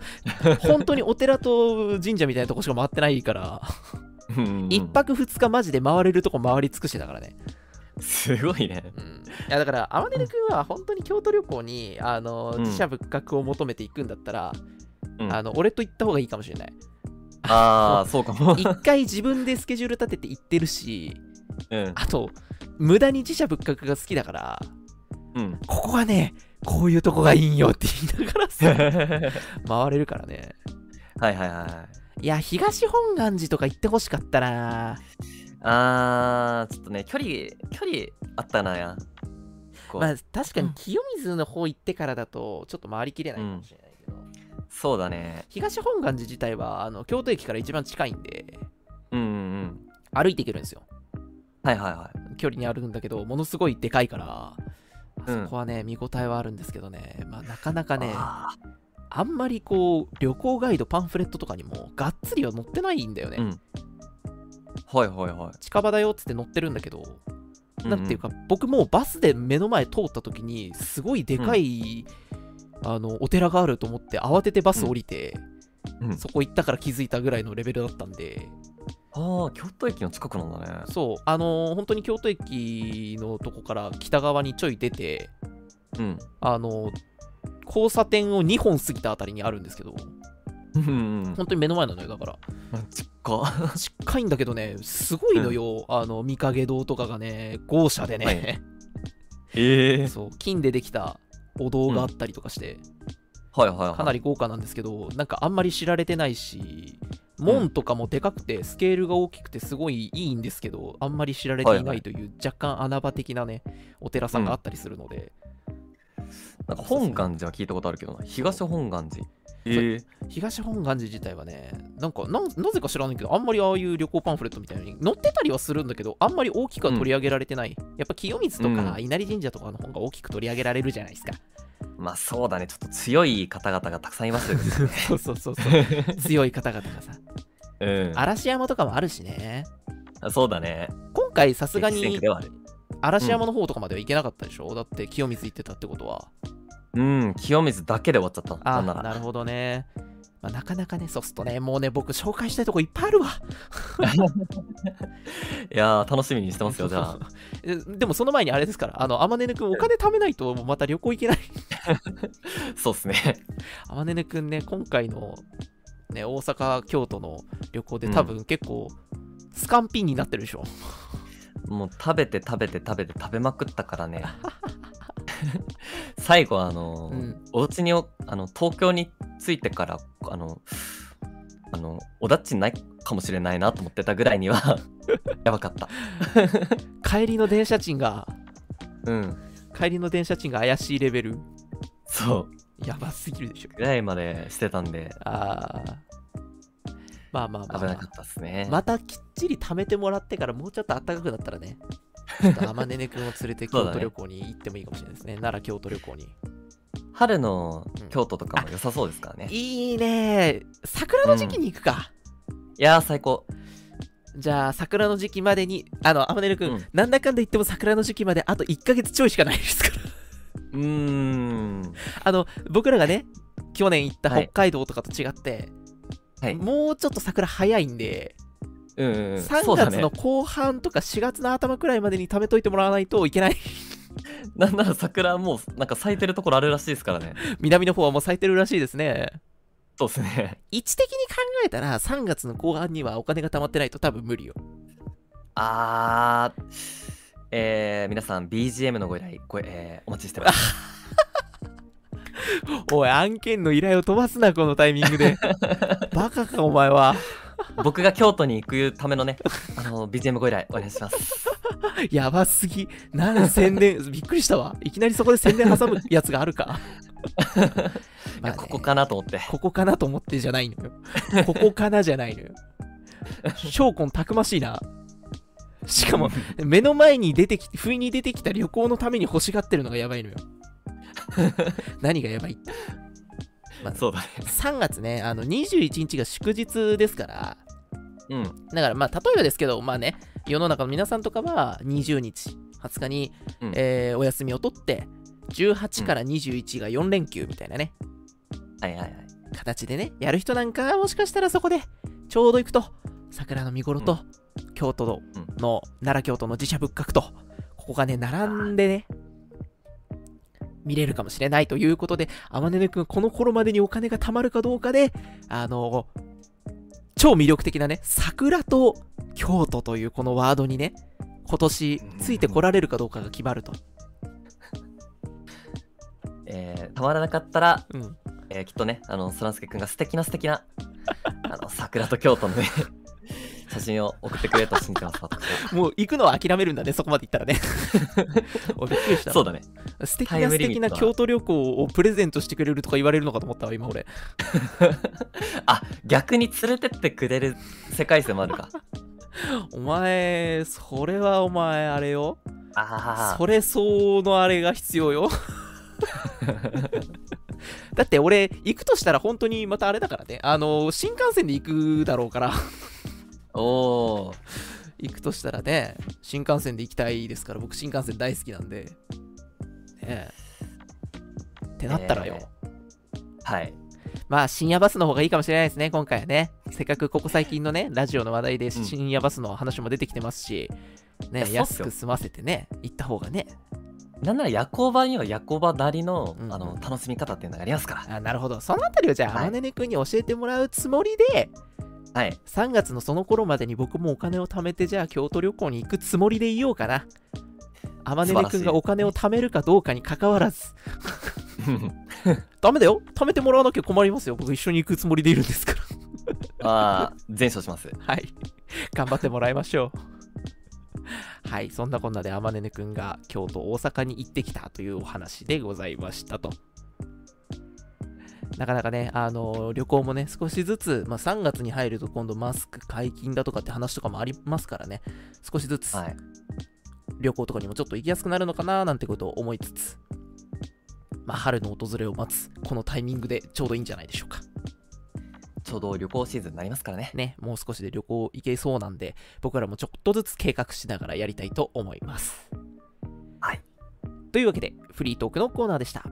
[SPEAKER 1] そう本当にお寺と神社みたいなとこしか回ってないから、
[SPEAKER 2] うんうんうん
[SPEAKER 1] 一泊二日マジで回れるとこ回り尽くしてたからね、
[SPEAKER 2] すごいね
[SPEAKER 1] うん、いやだから天音君は本当に京都旅行にあの
[SPEAKER 2] うん
[SPEAKER 1] 自社仏閣を求めていくんだったら、
[SPEAKER 2] うん
[SPEAKER 1] あの俺と行った方がいいかもしれない
[SPEAKER 2] ああ そうかも、
[SPEAKER 1] 一回自分でスケジュール立てて行ってるし
[SPEAKER 2] うん
[SPEAKER 1] あと無駄に自社仏閣が好きだから
[SPEAKER 2] うん、
[SPEAKER 1] ここがねこういうとこがいいんよって言いながら
[SPEAKER 2] はい
[SPEAKER 1] さ回れるからね
[SPEAKER 2] はいはい
[SPEAKER 1] や東本願寺とか行ってほしかったない
[SPEAKER 2] あーちょっとね距離距離あったなやこう、
[SPEAKER 1] まあ確かに清水の方行ってからだとちょっと回りきれないかもしれないけど、
[SPEAKER 2] そうだね
[SPEAKER 1] 東本願寺自体はあの京都駅から一番近いんで
[SPEAKER 2] うんうんうん
[SPEAKER 1] 歩いていけるんですよ
[SPEAKER 2] はいはいはい
[SPEAKER 1] 距離にあるんだけどものすごいでかいから
[SPEAKER 2] う
[SPEAKER 1] あ
[SPEAKER 2] ん
[SPEAKER 1] そこはね見応えはあるんですけどね、まあ、なかなかね
[SPEAKER 2] あ
[SPEAKER 1] あんまりこう旅行ガイドパンフレットとかにもがっつりは載ってないんだよね、
[SPEAKER 2] うんーはいはいは
[SPEAKER 1] 近場だよっつって載ってるんだけど、
[SPEAKER 2] い
[SPEAKER 1] なんていうか僕もうバスで目の前通った時にすごいでかい、あのお寺があると思って慌ててバス降りて、
[SPEAKER 2] うん
[SPEAKER 1] そこ行ったから気づいたぐらいのレベルだったんで
[SPEAKER 2] ああ、京都駅の近くなんだね。
[SPEAKER 1] そうあのー本当に京都駅のとこから北側にちょい出て
[SPEAKER 2] うん。
[SPEAKER 1] あのー交差点を2本過ぎたあたりにあるんですけど
[SPEAKER 2] うん うん。
[SPEAKER 1] 本当に目の前なのよだから
[SPEAKER 2] ちっか。
[SPEAKER 1] 近いんだけどねすごいのよ、あの御影堂とかがね豪奢でね、
[SPEAKER 2] え え
[SPEAKER 1] そう金でできたお堂があったりとかして、
[SPEAKER 2] はいはいはい。
[SPEAKER 1] かなり豪華なんですけどなんかあんまり知られてないし門とかもでかくてスケールが大きくてすごいいいんですけどあんまり知られてい
[SPEAKER 2] はいは
[SPEAKER 1] ない
[SPEAKER 2] い
[SPEAKER 1] という若干穴場的なねお寺さんがあったりするので、
[SPEAKER 2] なんか本願寺は聞いたことあるけどな。東本願寺。ええ
[SPEAKER 1] 東本願寺自体はねなんかなんなぜか知らないけどあんまりああいう旅行パンフレットみたいに載ってたりはするんだけどあんまり大きくは取り上げられてない、やっぱ清水とか
[SPEAKER 2] うん
[SPEAKER 1] 稲荷神社とかの方が大きく取り上げられるじゃないですか、
[SPEAKER 2] まあそうだね。ちょっと強い方々がたくさんいますよね。
[SPEAKER 1] そうそうそうそう 強い方々がさ
[SPEAKER 2] うん。
[SPEAKER 1] 嵐山とかもあるしね
[SPEAKER 2] あそうだね。
[SPEAKER 1] 今回さすが
[SPEAKER 2] 激戦区
[SPEAKER 1] に
[SPEAKER 2] ではある。
[SPEAKER 1] 嵐山の方とかまでは行けなかったでしょ、だって清水行ってたってことは
[SPEAKER 2] うん。清水だけで終わっちゃった。
[SPEAKER 1] あ
[SPEAKER 2] なんなら。
[SPEAKER 1] なるほどね、まあ、なかなかねそうするとねもうね僕紹介したいとこいっぱいあるわ
[SPEAKER 2] いやー、楽しみにしてますよ、じゃあ。
[SPEAKER 1] えでもその前にあれですからあの天音くんお金貯めないともうまた旅行行けない
[SPEAKER 2] そうっすね。
[SPEAKER 1] 天音くんね今回のね大阪京都の旅行で多分結構スカンピンになってるでしょ、
[SPEAKER 2] もう食べて食べて食べて食べまくったか らね。最後、あのー
[SPEAKER 1] うん
[SPEAKER 2] お家におあの東京に着いてから、あの、あの、おだっちないかもしれないなと思ってたぐらいに は、やばかった。
[SPEAKER 1] 帰りの電車賃が
[SPEAKER 2] うん。
[SPEAKER 1] 帰りの電車賃が怪しいレベル
[SPEAKER 2] そう。
[SPEAKER 1] やばすぎるでしょ
[SPEAKER 2] ぐらいまでしてたんで、
[SPEAKER 1] あーまあまあまあ、
[SPEAKER 2] 危なかったっすね。
[SPEAKER 1] またきっちり貯めてもらってからもうちょっと暖かくなったら ね、ちょっと天音くんを連れて
[SPEAKER 2] そ
[SPEAKER 1] 京
[SPEAKER 2] うだね
[SPEAKER 1] 都旅行に行ってもいいかもしれないですね。奈良京都旅行に。
[SPEAKER 2] 春の京都とかも良さそうですからね。い
[SPEAKER 1] いいね桜の時期に行くか。
[SPEAKER 2] やー、最高。
[SPEAKER 1] じゃあ桜の時期までに、あの、天音くん、
[SPEAKER 2] うん
[SPEAKER 1] なんだかんだ言っても桜の時期まであと1ヶ月ちょいしかないですから。
[SPEAKER 2] うーん。
[SPEAKER 1] あの、僕らがね、去年行った
[SPEAKER 2] はい
[SPEAKER 1] 北海道とかと違って、
[SPEAKER 2] はい。うん
[SPEAKER 1] もうちょっと桜早いんで、
[SPEAKER 2] うんうん。そ
[SPEAKER 1] 3
[SPEAKER 2] うだ
[SPEAKER 1] 月
[SPEAKER 2] ね
[SPEAKER 1] の後半とか4月の頭くらいまでに貯めといてもらわないといけ ない。
[SPEAKER 2] なんなら桜もうなんか咲いてるところあるらしいですからね。
[SPEAKER 1] 南の方はもう咲いてるらしいですね。
[SPEAKER 2] そうですね。
[SPEAKER 1] 位置的に考えたら3月の後半にはお金が貯まってないと多分無理よ。
[SPEAKER 2] あー、えー、皆さん BGM のご依頼ご、えーお待ちしてます。
[SPEAKER 1] おい、案件の依頼を飛ばすな、このタイミング で。バカか、お前は。
[SPEAKER 2] 僕が京都に行くため のね、あの BGM ご依頼お願いします。
[SPEAKER 1] やばすぎ。なん宣伝、 びっくりしたわ。いきなりそこで宣伝挟むやつがある か。
[SPEAKER 2] い
[SPEAKER 1] まあ
[SPEAKER 2] や
[SPEAKER 1] ね
[SPEAKER 2] ここかなと思って。
[SPEAKER 1] ここかなと思ってじゃないのよ。ここかなじゃないのよ。証拠たくましいな。しか も、目の前に出てき、不意に出てきた旅行のために欲しがってるのがやば いのよ。何がやばいって。まあ
[SPEAKER 2] そうだね。
[SPEAKER 1] 3月ね、あの21日が祝日ですから、
[SPEAKER 2] うん。
[SPEAKER 1] だからまあ、例えばですけど、まあね、世の中の皆さんとかは20日、20日に、
[SPEAKER 2] うん
[SPEAKER 1] えーお休みを取って、18から21が4連休みたいなね、
[SPEAKER 2] はいはいはい。
[SPEAKER 1] 形でね、やる人なんかはもしかしたらそこで、ちょうど行くと、桜の見頃と、京都の
[SPEAKER 2] うん
[SPEAKER 1] の、奈良京都の寺社仏閣と、ここがね、並んでね、見れるかもしれないということで、天音くん、この頃までにお金が貯まるかどうかで、あの、超魅力的なね、桜と京都というこのワードにね、今年ついてこられるかどうかが決まると。
[SPEAKER 2] えー、たまらなかったら、
[SPEAKER 1] うん、
[SPEAKER 2] えーきっとね、あの、そらすけくんが素敵な素敵な、あの、桜と京都のね、 写真を送ってくれると信じてます、私は
[SPEAKER 1] もう行くのは諦めるんだね、そこまで行ったらね。 おびっくりした。
[SPEAKER 2] そうだね。
[SPEAKER 1] 素敵
[SPEAKER 2] タイ
[SPEAKER 1] な
[SPEAKER 2] ム
[SPEAKER 1] 素
[SPEAKER 2] リミッ
[SPEAKER 1] 敵
[SPEAKER 2] トだ
[SPEAKER 1] な京都旅行をプレゼントしてくれるとか言われるのかと思ったわ今俺
[SPEAKER 2] あ、逆に連れてってくれる世界線もあるか。
[SPEAKER 1] お前それはお前あれよ
[SPEAKER 2] あ
[SPEAKER 1] それ相応のあれが必要 よだって俺行くとしたら本当にまたあれだからねあの新幹線で行くだろうから
[SPEAKER 2] あ。おー。
[SPEAKER 1] 行くとしたらね新幹線で行きたいですから僕新幹線大好きなんでねえってなったらよ、
[SPEAKER 2] はい。
[SPEAKER 1] まあ深夜バスの方がいいかもしれないですね、今回はね。せっかくここ最近のね、ラジオの話題で深夜バスの話も出てきてますし、ね、
[SPEAKER 2] いやそうっす
[SPEAKER 1] 安
[SPEAKER 2] よ
[SPEAKER 1] く済ませてね、行った方がね。
[SPEAKER 2] なんなら夜行場には夜行場なりの,、
[SPEAKER 1] うん
[SPEAKER 2] あの楽しみ方っていうのがありますから。
[SPEAKER 1] あなるほど。そのあたりをじゃあ、
[SPEAKER 2] はい
[SPEAKER 1] あまねね君に教えてもらうつもりで、
[SPEAKER 2] はい。
[SPEAKER 1] 3月のその頃までに僕もお金を貯めて、じゃあ京都旅行に行くつもりでいようかな。あまねね君がお金を貯めるかどうかに関わらず、ダメだよ貯めてもらわなきゃ困りますよ。僕一緒に行くつもりでいるんですから。
[SPEAKER 2] ああ、全勝します。
[SPEAKER 1] はい。頑張ってもらいましょう。はい。そんなこんなで、あまねねくんが京都、大阪に行ってきたというお話でございましたと。なかなかね、あの旅行もね、少しずつ、まあ、3月に入ると今度マスク解禁だとかって話とかもありますからね、少しずつ
[SPEAKER 2] はい。
[SPEAKER 1] 旅行とかにもちょっと行きやすくなるのかななんてことを思いつつ、まあ、春の訪れを待つ、このタイミングでちょうどいいんじゃないでしょうか。
[SPEAKER 2] ちょうど旅行シーズンになりますからね。
[SPEAKER 1] ね、もう少しで旅行行けそうなんで、僕らもちょっとずつ計画しながらやりたいと思います。
[SPEAKER 2] はい。
[SPEAKER 1] というわけで、フリートークのコーナーでした。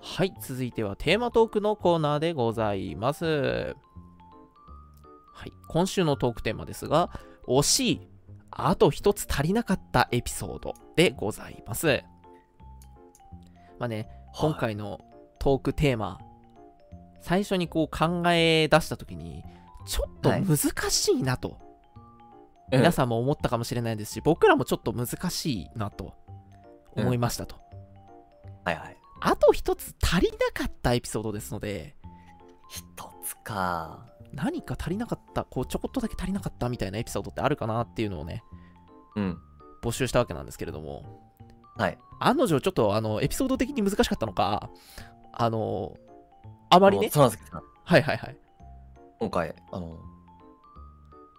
[SPEAKER 1] はい、続いてはテーマトークのコーナーでございます。はい、今週のトークテーマですが、惜しい、あと一つ足りなかったエピソードでございます。まあね、今回のトークテーマ、最初にこう考え出した時にちょっと
[SPEAKER 2] はい
[SPEAKER 1] 難しいなと、
[SPEAKER 2] うん
[SPEAKER 1] 皆さんも思ったかもしれないですし僕らもちょっと難しいなと思いましたと、
[SPEAKER 2] はいはい。
[SPEAKER 1] あと一つ足りなかったエピソードですので
[SPEAKER 2] 一つか。
[SPEAKER 1] 何か足りなかったこうちょこっとだけ足りなかったみたいなエピソードってあるかなっていうのをね
[SPEAKER 2] うん。
[SPEAKER 1] 募集したわけなんですけれども
[SPEAKER 2] はい。
[SPEAKER 1] 案の定ちょっとあのエピソード的に難しかったのかあのあまり
[SPEAKER 2] もう
[SPEAKER 1] ね
[SPEAKER 2] そうなんですけど、
[SPEAKER 1] はいはいはい
[SPEAKER 2] 今回、あの、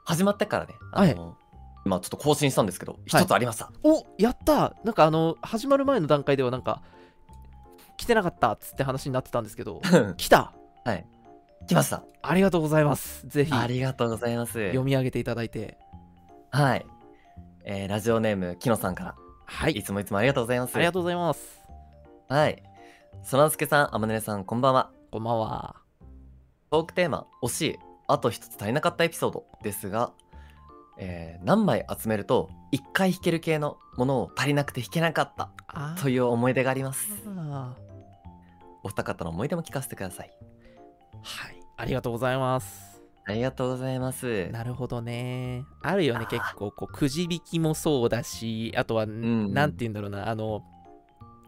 [SPEAKER 2] 始まってからね、あの、まあちょっと更新したんですけど、一つありました。
[SPEAKER 1] おやったなんかあの始まる前の段階ではなんか来てなかったっつって話になってたんですけど来た
[SPEAKER 2] 来ました。
[SPEAKER 1] ありがとうございますぜひ
[SPEAKER 2] あ
[SPEAKER 1] 読
[SPEAKER 2] りがとうございます。
[SPEAKER 1] み上げていただいて
[SPEAKER 2] はい。えーラジオネーム、きのさんから、
[SPEAKER 1] はい
[SPEAKER 2] いつもいつもありがとうございます。
[SPEAKER 1] ありがとうございます
[SPEAKER 2] はい。そらすけさん、あまねねさん、こんばんは。
[SPEAKER 1] こんばんは
[SPEAKER 2] トークテーマ、惜しい、あと一つ足りなかったエピソードですが、えー何枚集めると1回弾ける系のものを足りなくて弾けなかった
[SPEAKER 1] あ
[SPEAKER 2] という思い出があります。
[SPEAKER 1] あ
[SPEAKER 2] お二方の思い出も聞かせてください。
[SPEAKER 1] はいありがとうございます
[SPEAKER 2] ありがとうござい ます。
[SPEAKER 1] なるほどねあるよね
[SPEAKER 2] あー
[SPEAKER 1] 結構こうくじ引きもそうだしあとは
[SPEAKER 2] んうん
[SPEAKER 1] 何て言うんだろうなあの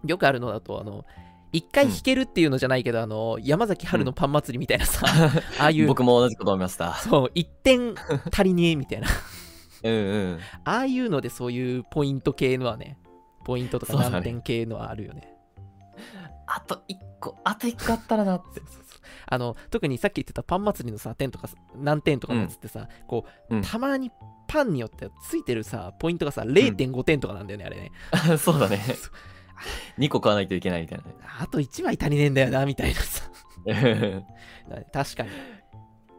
[SPEAKER 1] よくあるのだとあの一回弾けるっていうのじゃないけど、あの山崎春のパン祭りみたいな さ、ああいう
[SPEAKER 2] 僕も同じこと思いました。
[SPEAKER 1] そう、1点足りねえみたいな。
[SPEAKER 2] うんうん。
[SPEAKER 1] ああいうのでそういうポイント系のはね、ポイントとか
[SPEAKER 2] そうだね
[SPEAKER 1] 何点系のはあるよね。
[SPEAKER 2] あと1個、あと1個あったらなって。
[SPEAKER 1] あの特にさっき言ってたパン祭りのさ、点とかさ何点とかのやつってさ、こ
[SPEAKER 2] う
[SPEAKER 1] うんたまにパンによってついてるさ、ポイントがさ、0.5点とかなんだよね、あれね。
[SPEAKER 2] そうだね
[SPEAKER 1] そう。
[SPEAKER 2] 2個買わないといけないみたい
[SPEAKER 1] あと1枚足りねえんだよな、みたいなさ。
[SPEAKER 2] なね。
[SPEAKER 1] だね 確かに。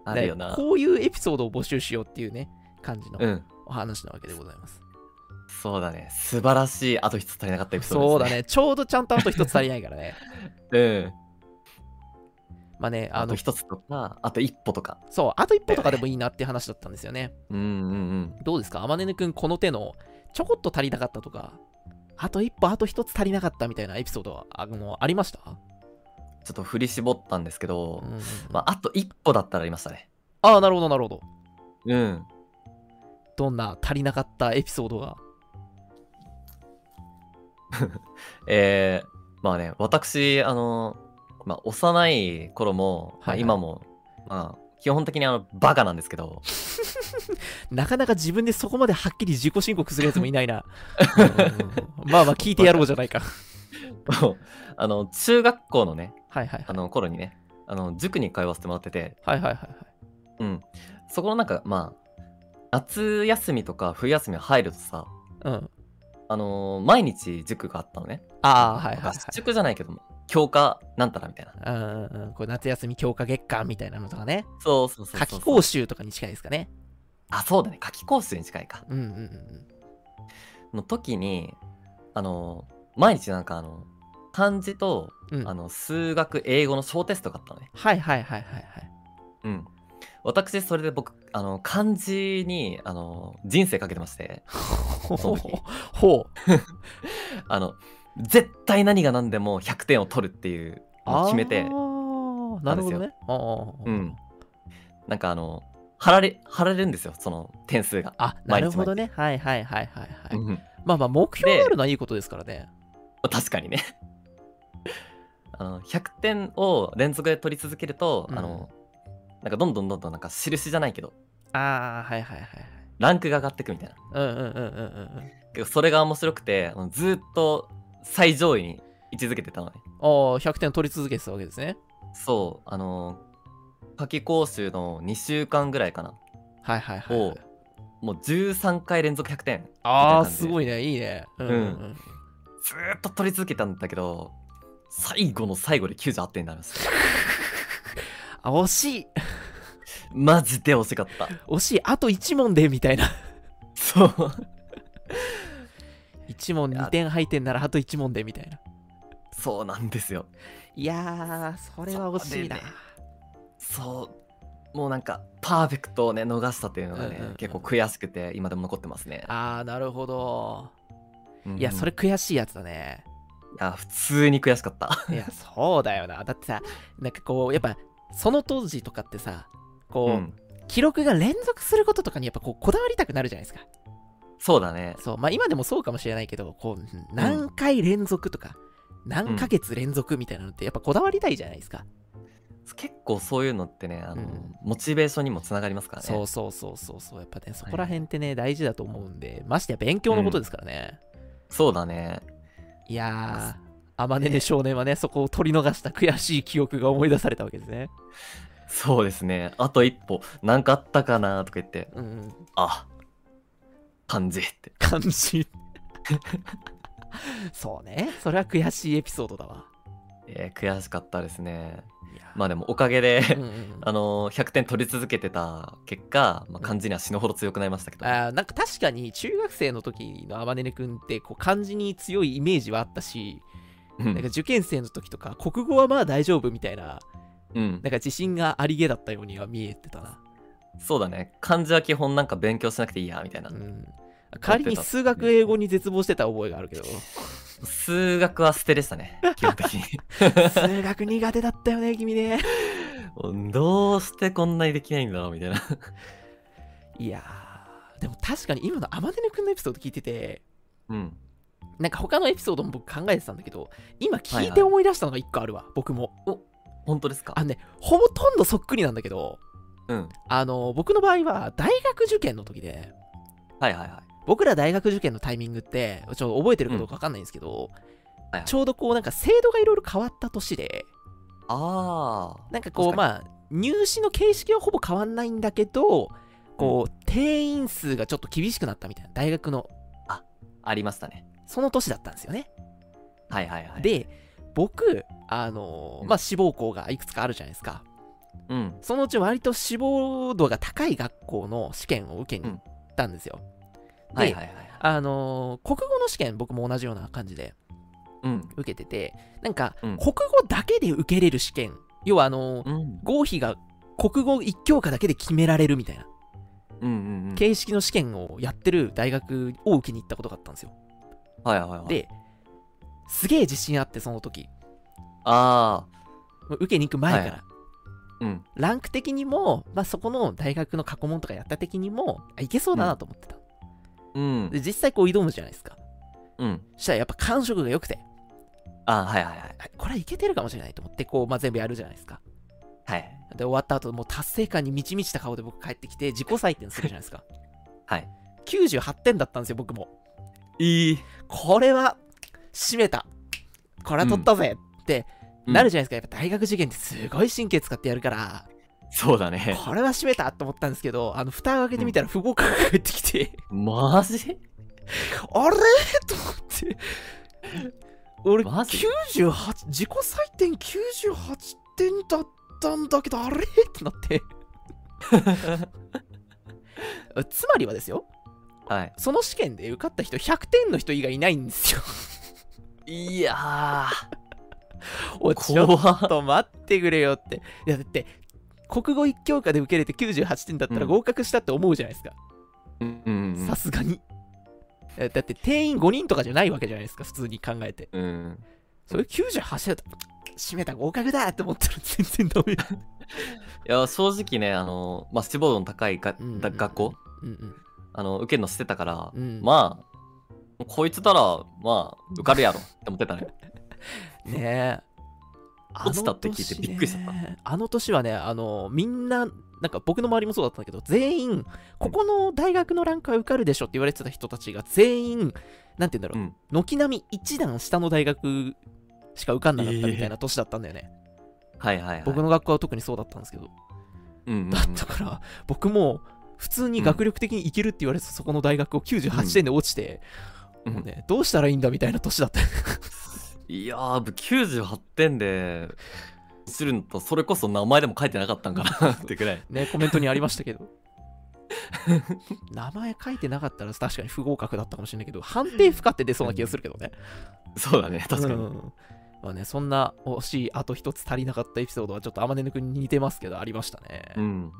[SPEAKER 2] あるよな。
[SPEAKER 1] こういうエピソードを募集しようっていうね、感じの
[SPEAKER 2] うん。
[SPEAKER 1] お話なわけでございます。
[SPEAKER 2] そうだね。素晴らしい、あと1つ足りなかったエピソー
[SPEAKER 1] そう
[SPEAKER 2] ド
[SPEAKER 1] だ
[SPEAKER 2] です、ね。
[SPEAKER 1] ね、ちょうどちゃんとあと1つ足りないからね。
[SPEAKER 2] そうだね。うん。
[SPEAKER 1] まあね、あ
[SPEAKER 2] あと
[SPEAKER 1] の
[SPEAKER 2] 一つとか、あと一歩とか。
[SPEAKER 1] そう、あと一歩とかでもいいなって話だったんですよね。
[SPEAKER 2] うんうんうん。
[SPEAKER 1] どうですかあまねねくん、この手のちょこっと足りなかったとか、あと一歩、あと一つ足りなかったみたいなエピソードはあのありました
[SPEAKER 2] ちょっと振り絞ったんですけど、
[SPEAKER 1] うんうんうん
[SPEAKER 2] まあ、あと一歩だったらありましたね。
[SPEAKER 1] ああ、なるほど、なるほど。
[SPEAKER 2] うん。
[SPEAKER 1] どんな足りなかったエピソードが。
[SPEAKER 2] えー、まあね、私、あの、まあ、幼い頃も、ま
[SPEAKER 1] は
[SPEAKER 2] あ、
[SPEAKER 1] いはい
[SPEAKER 2] 今も、まあ、基本的にあの、バカなんですけど、
[SPEAKER 1] なかなか自分でそこまではっきり自己申告するやつもいない な。うんうんうんまあまあ、聞いてやろうじゃないか。
[SPEAKER 2] あの、中学校のね、
[SPEAKER 1] はいはい
[SPEAKER 2] あ
[SPEAKER 1] はい。
[SPEAKER 2] の、頃にね、あの塾に通わせてもらってて、
[SPEAKER 1] はいはいはいはい
[SPEAKER 2] うん、そこのなんかまあ夏休みとか冬休み入るとさ
[SPEAKER 1] うん
[SPEAKER 2] あのー毎日塾があったのね、
[SPEAKER 1] ああはいはいは
[SPEAKER 2] 合
[SPEAKER 1] い
[SPEAKER 2] 宿じゃないけども教科なんたらみたいな
[SPEAKER 1] うんうんうんこれ夏休み強化月間みたいなのとかね
[SPEAKER 2] そうそうそうそう
[SPEAKER 1] 夏期講習とかに近いですかね
[SPEAKER 2] あそうだね夏期講習に近いか
[SPEAKER 1] うんうんうんうん
[SPEAKER 2] の時にあのー毎日なんかあの漢字と、
[SPEAKER 1] うん
[SPEAKER 2] あの数学英語の小テストがあったのね
[SPEAKER 1] はいはいはいはいはい
[SPEAKER 2] うん私それで僕あの漢字にあの人生かけてまして
[SPEAKER 1] ほうほ
[SPEAKER 2] その
[SPEAKER 1] う
[SPEAKER 2] 時
[SPEAKER 1] ほう
[SPEAKER 2] あの絶対何が何でも100点を取るっていうのを決めて
[SPEAKER 1] あーなるほどねあー
[SPEAKER 2] うんなんかあの貼られ貼られるんですよその点数が、
[SPEAKER 1] あなるほどねはいはいはいはいはい、
[SPEAKER 2] うん
[SPEAKER 1] まあまあ目標があるのはいいことですからね
[SPEAKER 2] 確かにね あの100点を連続で取り続けると、
[SPEAKER 1] うん
[SPEAKER 2] あのなんかどんどんどんどんなんか印じゃないけど
[SPEAKER 1] ああはいはいはい
[SPEAKER 2] ランクが上がってくみたいな
[SPEAKER 1] はいうんうんうんうんうんうん
[SPEAKER 2] けどそれが面白くてあのずーっと最上位に位置づけてたのね
[SPEAKER 1] ああ100点取り続けてたわけですね
[SPEAKER 2] そうあの夏季講習の2週間ぐらいかな
[SPEAKER 1] はいはいはいはい、
[SPEAKER 2] をもう13回連続100点
[SPEAKER 1] あ
[SPEAKER 2] みたいな
[SPEAKER 1] あ
[SPEAKER 2] 感じ
[SPEAKER 1] すごいねいいねうんうんうん
[SPEAKER 2] ずーっと取り続けたんだけど最後の最後で98点になりました
[SPEAKER 1] あ惜しい
[SPEAKER 2] マジで惜し かった
[SPEAKER 1] 惜しいあと1問でみたいな
[SPEAKER 2] そう
[SPEAKER 1] 1問2点入ってんならあと1問でみたいな
[SPEAKER 2] そうなんですよ
[SPEAKER 1] いやーそれは惜しいな、
[SPEAKER 2] そうだねそうもうなんかパーフェクトをね逃したというのがね、
[SPEAKER 1] うんうんうん
[SPEAKER 2] 結構悔しくて今でも残ってますね
[SPEAKER 1] ああなるほど
[SPEAKER 2] うんうん
[SPEAKER 1] いやそれ悔しいやつだね
[SPEAKER 2] いや普通に悔しかった
[SPEAKER 1] い やそうだよなだってさなんかこうやっぱその当時とかってさこ
[SPEAKER 2] う
[SPEAKER 1] う、
[SPEAKER 2] ん
[SPEAKER 1] 記録が連続することとかにやっぱこうこだわりたくなるじゃないですか
[SPEAKER 2] そうだね
[SPEAKER 1] そうまあ今でもそうかもしれないけどこう何回連続とか、何ヶ月連続みたいなのってやっぱこだわりたいじゃないですか、
[SPEAKER 2] 結構そういうのってねあの、
[SPEAKER 1] うん
[SPEAKER 2] モチベーションにもつながりますからね
[SPEAKER 1] そうそうそうそうそうやっぱねそこら辺ってね、大事だと思うんでましてや勉強のことですからね、
[SPEAKER 2] そうだね
[SPEAKER 1] いやーあまねね少年はね、そこを取り逃した悔しい記憶が思い出されたわけですね。
[SPEAKER 2] そうですねあと一歩なんかあったかなとか言って
[SPEAKER 1] うんうん、
[SPEAKER 2] あ感じって
[SPEAKER 1] 感じ。 そうね、それは悔しいエピソードだわ。
[SPEAKER 2] えー悔しかったですね
[SPEAKER 1] いや
[SPEAKER 2] まあでもおかげで、
[SPEAKER 1] うんうんうん
[SPEAKER 2] あのー100点取り続けてた結果、まあ、漢字には死ぬほど強くなりましたけど、
[SPEAKER 1] あーなんか確かに中学生の時のあまねね君ってこう漢字に強いイメージはあったし、
[SPEAKER 2] うん
[SPEAKER 1] なんか受験生の時とか国語はまあ大丈夫みたいな、
[SPEAKER 2] うん
[SPEAKER 1] なんか自信がありげだったようには見えてたな。
[SPEAKER 2] そうだね漢字は基本なんか勉強しなくていいやみたいな、
[SPEAKER 1] うん、仮に数学英語に絶望してた覚えがある けど
[SPEAKER 2] 数学は捨てでしたね基本的に
[SPEAKER 1] 数学苦手だったよね君ね
[SPEAKER 2] もうどうしてこんなにできないんだろうみたいな
[SPEAKER 1] いやーでも確かに今のあまねね君のエピソード聞いてて
[SPEAKER 2] うん
[SPEAKER 1] なんか他のエピソードも僕考えてたんだけど今聞いて思い出したのが1個あるわ、僕も
[SPEAKER 2] 本当ですか
[SPEAKER 1] あのねほとんどそっくりなんだけど
[SPEAKER 2] うん
[SPEAKER 1] あの僕の場合は大学受験の時で
[SPEAKER 2] はいはいはい
[SPEAKER 1] 僕ら大学受験のタイミングってちょっと覚えてるかどうか分かんないんですけど、
[SPEAKER 2] はいはい
[SPEAKER 1] ちょうどこうなんか制度がいろいろ変わった年で
[SPEAKER 2] あ
[SPEAKER 1] なんかこう
[SPEAKER 2] 確
[SPEAKER 1] まあ入試の形式はほぼ変わんないんだけどこう定員数がちょっと厳しくなったみたいな大学の
[SPEAKER 2] あありましたね
[SPEAKER 1] その年だったんですよね、
[SPEAKER 2] はいはいはい
[SPEAKER 1] で僕あのー
[SPEAKER 2] うん
[SPEAKER 1] まあ志望校がいくつかあるじゃないですか
[SPEAKER 2] うん
[SPEAKER 1] そのうち割と志望度が高い学校の試験を受けに行ったんですよ、で、
[SPEAKER 2] はいはいはいはい
[SPEAKER 1] あのー国語の試験僕も同じような感じで
[SPEAKER 2] うん
[SPEAKER 1] 受けててなんか
[SPEAKER 2] うん
[SPEAKER 1] 国語だけで受けれる試験要はあのー
[SPEAKER 2] うん
[SPEAKER 1] 合否が国語一教科だけで決められるみたいな
[SPEAKER 2] うんうんうん
[SPEAKER 1] 形式の試験をやってる大学を受けに行ったことがあったんですよ。
[SPEAKER 2] はいはいはい
[SPEAKER 1] ですげえ自信あってその時
[SPEAKER 2] あ
[SPEAKER 1] 受けに行く前から、
[SPEAKER 2] はいあうん
[SPEAKER 1] ランク的にも、まあ、そこの大学の過去問とかやった時にもあいけそうだなと思ってた、
[SPEAKER 2] うん
[SPEAKER 1] で実際こう挑むじゃないですか
[SPEAKER 2] うん
[SPEAKER 1] そしたらやっぱ感触が良くて
[SPEAKER 2] あはいはいはい
[SPEAKER 1] あこれはいけてるかもしれないと思ってこう、まあ、全部やるじゃないですか
[SPEAKER 2] はい
[SPEAKER 1] で終わった後もう達成感に満ち満ちた顔で僕帰ってきて自己採点するじゃないですか
[SPEAKER 2] はい
[SPEAKER 1] 98点だったんですよ僕も
[SPEAKER 2] いい
[SPEAKER 1] これは、締めた。これは取ったぜって、
[SPEAKER 2] うん
[SPEAKER 1] なるじゃないですかやっぱ大学受験ってすごい神経使ってやるから
[SPEAKER 2] そうだね。
[SPEAKER 1] これは閉めたと思ったんですけどあの蓋を開けてみたら不合格が返ってきて、
[SPEAKER 2] マジ
[SPEAKER 1] あれと思 って俺
[SPEAKER 2] マジ
[SPEAKER 1] 98自己採点98点だったんだけどあれってなって つまりはですよ
[SPEAKER 2] はい。
[SPEAKER 1] その試験で受かった人100点の人以外いないんですよ
[SPEAKER 2] いやー、
[SPEAKER 1] おいちょ
[SPEAKER 2] 怖
[SPEAKER 1] っ
[SPEAKER 2] っ。
[SPEAKER 1] と待ってくれよっていやだって国語一教科で受けれて98点だった
[SPEAKER 2] う
[SPEAKER 1] ら
[SPEAKER 2] ん
[SPEAKER 1] 合格したって思うじゃないですか
[SPEAKER 2] うんうん
[SPEAKER 1] さすがにえだって定員5人とかじゃないわけじゃないですか普通に考えて
[SPEAKER 2] うん。うん。
[SPEAKER 1] それ98だと閉めた合格だって思ったら全然ダ メ
[SPEAKER 2] いや、正直ね、あの、まあ、志望度の高いが、
[SPEAKER 1] うん
[SPEAKER 2] だ学校、
[SPEAKER 1] うんうん
[SPEAKER 2] あの、受けるの捨てたから、
[SPEAKER 1] うん
[SPEAKER 2] まあ、こいつたら、まあ、受かるやろって思ってたね。
[SPEAKER 1] ねえ。
[SPEAKER 2] 落ちたって聞いてびっくりしちゃった
[SPEAKER 1] あの年ねあの年はね、あの、みんな、なんか僕の周りもそうだったんだけど、全員、ここの大学のランクは受かるでしょって言われてた人たちが、全員、なんて言うんだろう、
[SPEAKER 2] うん
[SPEAKER 1] 軒並み一段下の大学しか受かんなかったみたいな年だったんだよね。
[SPEAKER 2] はいはいはい。
[SPEAKER 1] 僕の学校は特にそうだったんですけど。
[SPEAKER 2] うんうんうん、
[SPEAKER 1] だったから、僕も、普通に学力的にいけるって言われてたそこの大学を98点で落ちて、
[SPEAKER 2] うん
[SPEAKER 1] もうね、どうしたらいいんだみたいな年だった。
[SPEAKER 2] いやー、98点で、するのと、それこそ名前でも書いてなかったんかな ってくらい。
[SPEAKER 1] ね、コメントにありましたけど。名前書いてなかったら確かに不合格だったかもしれないけど、判定不可って出そうな気がするけどね。
[SPEAKER 2] そうだね、確かに。
[SPEAKER 1] うんまあね、そんな惜しい、あと一つ足りなかったエピソードはちょっと天音くんに似てますけど、ありましたね。
[SPEAKER 2] うん。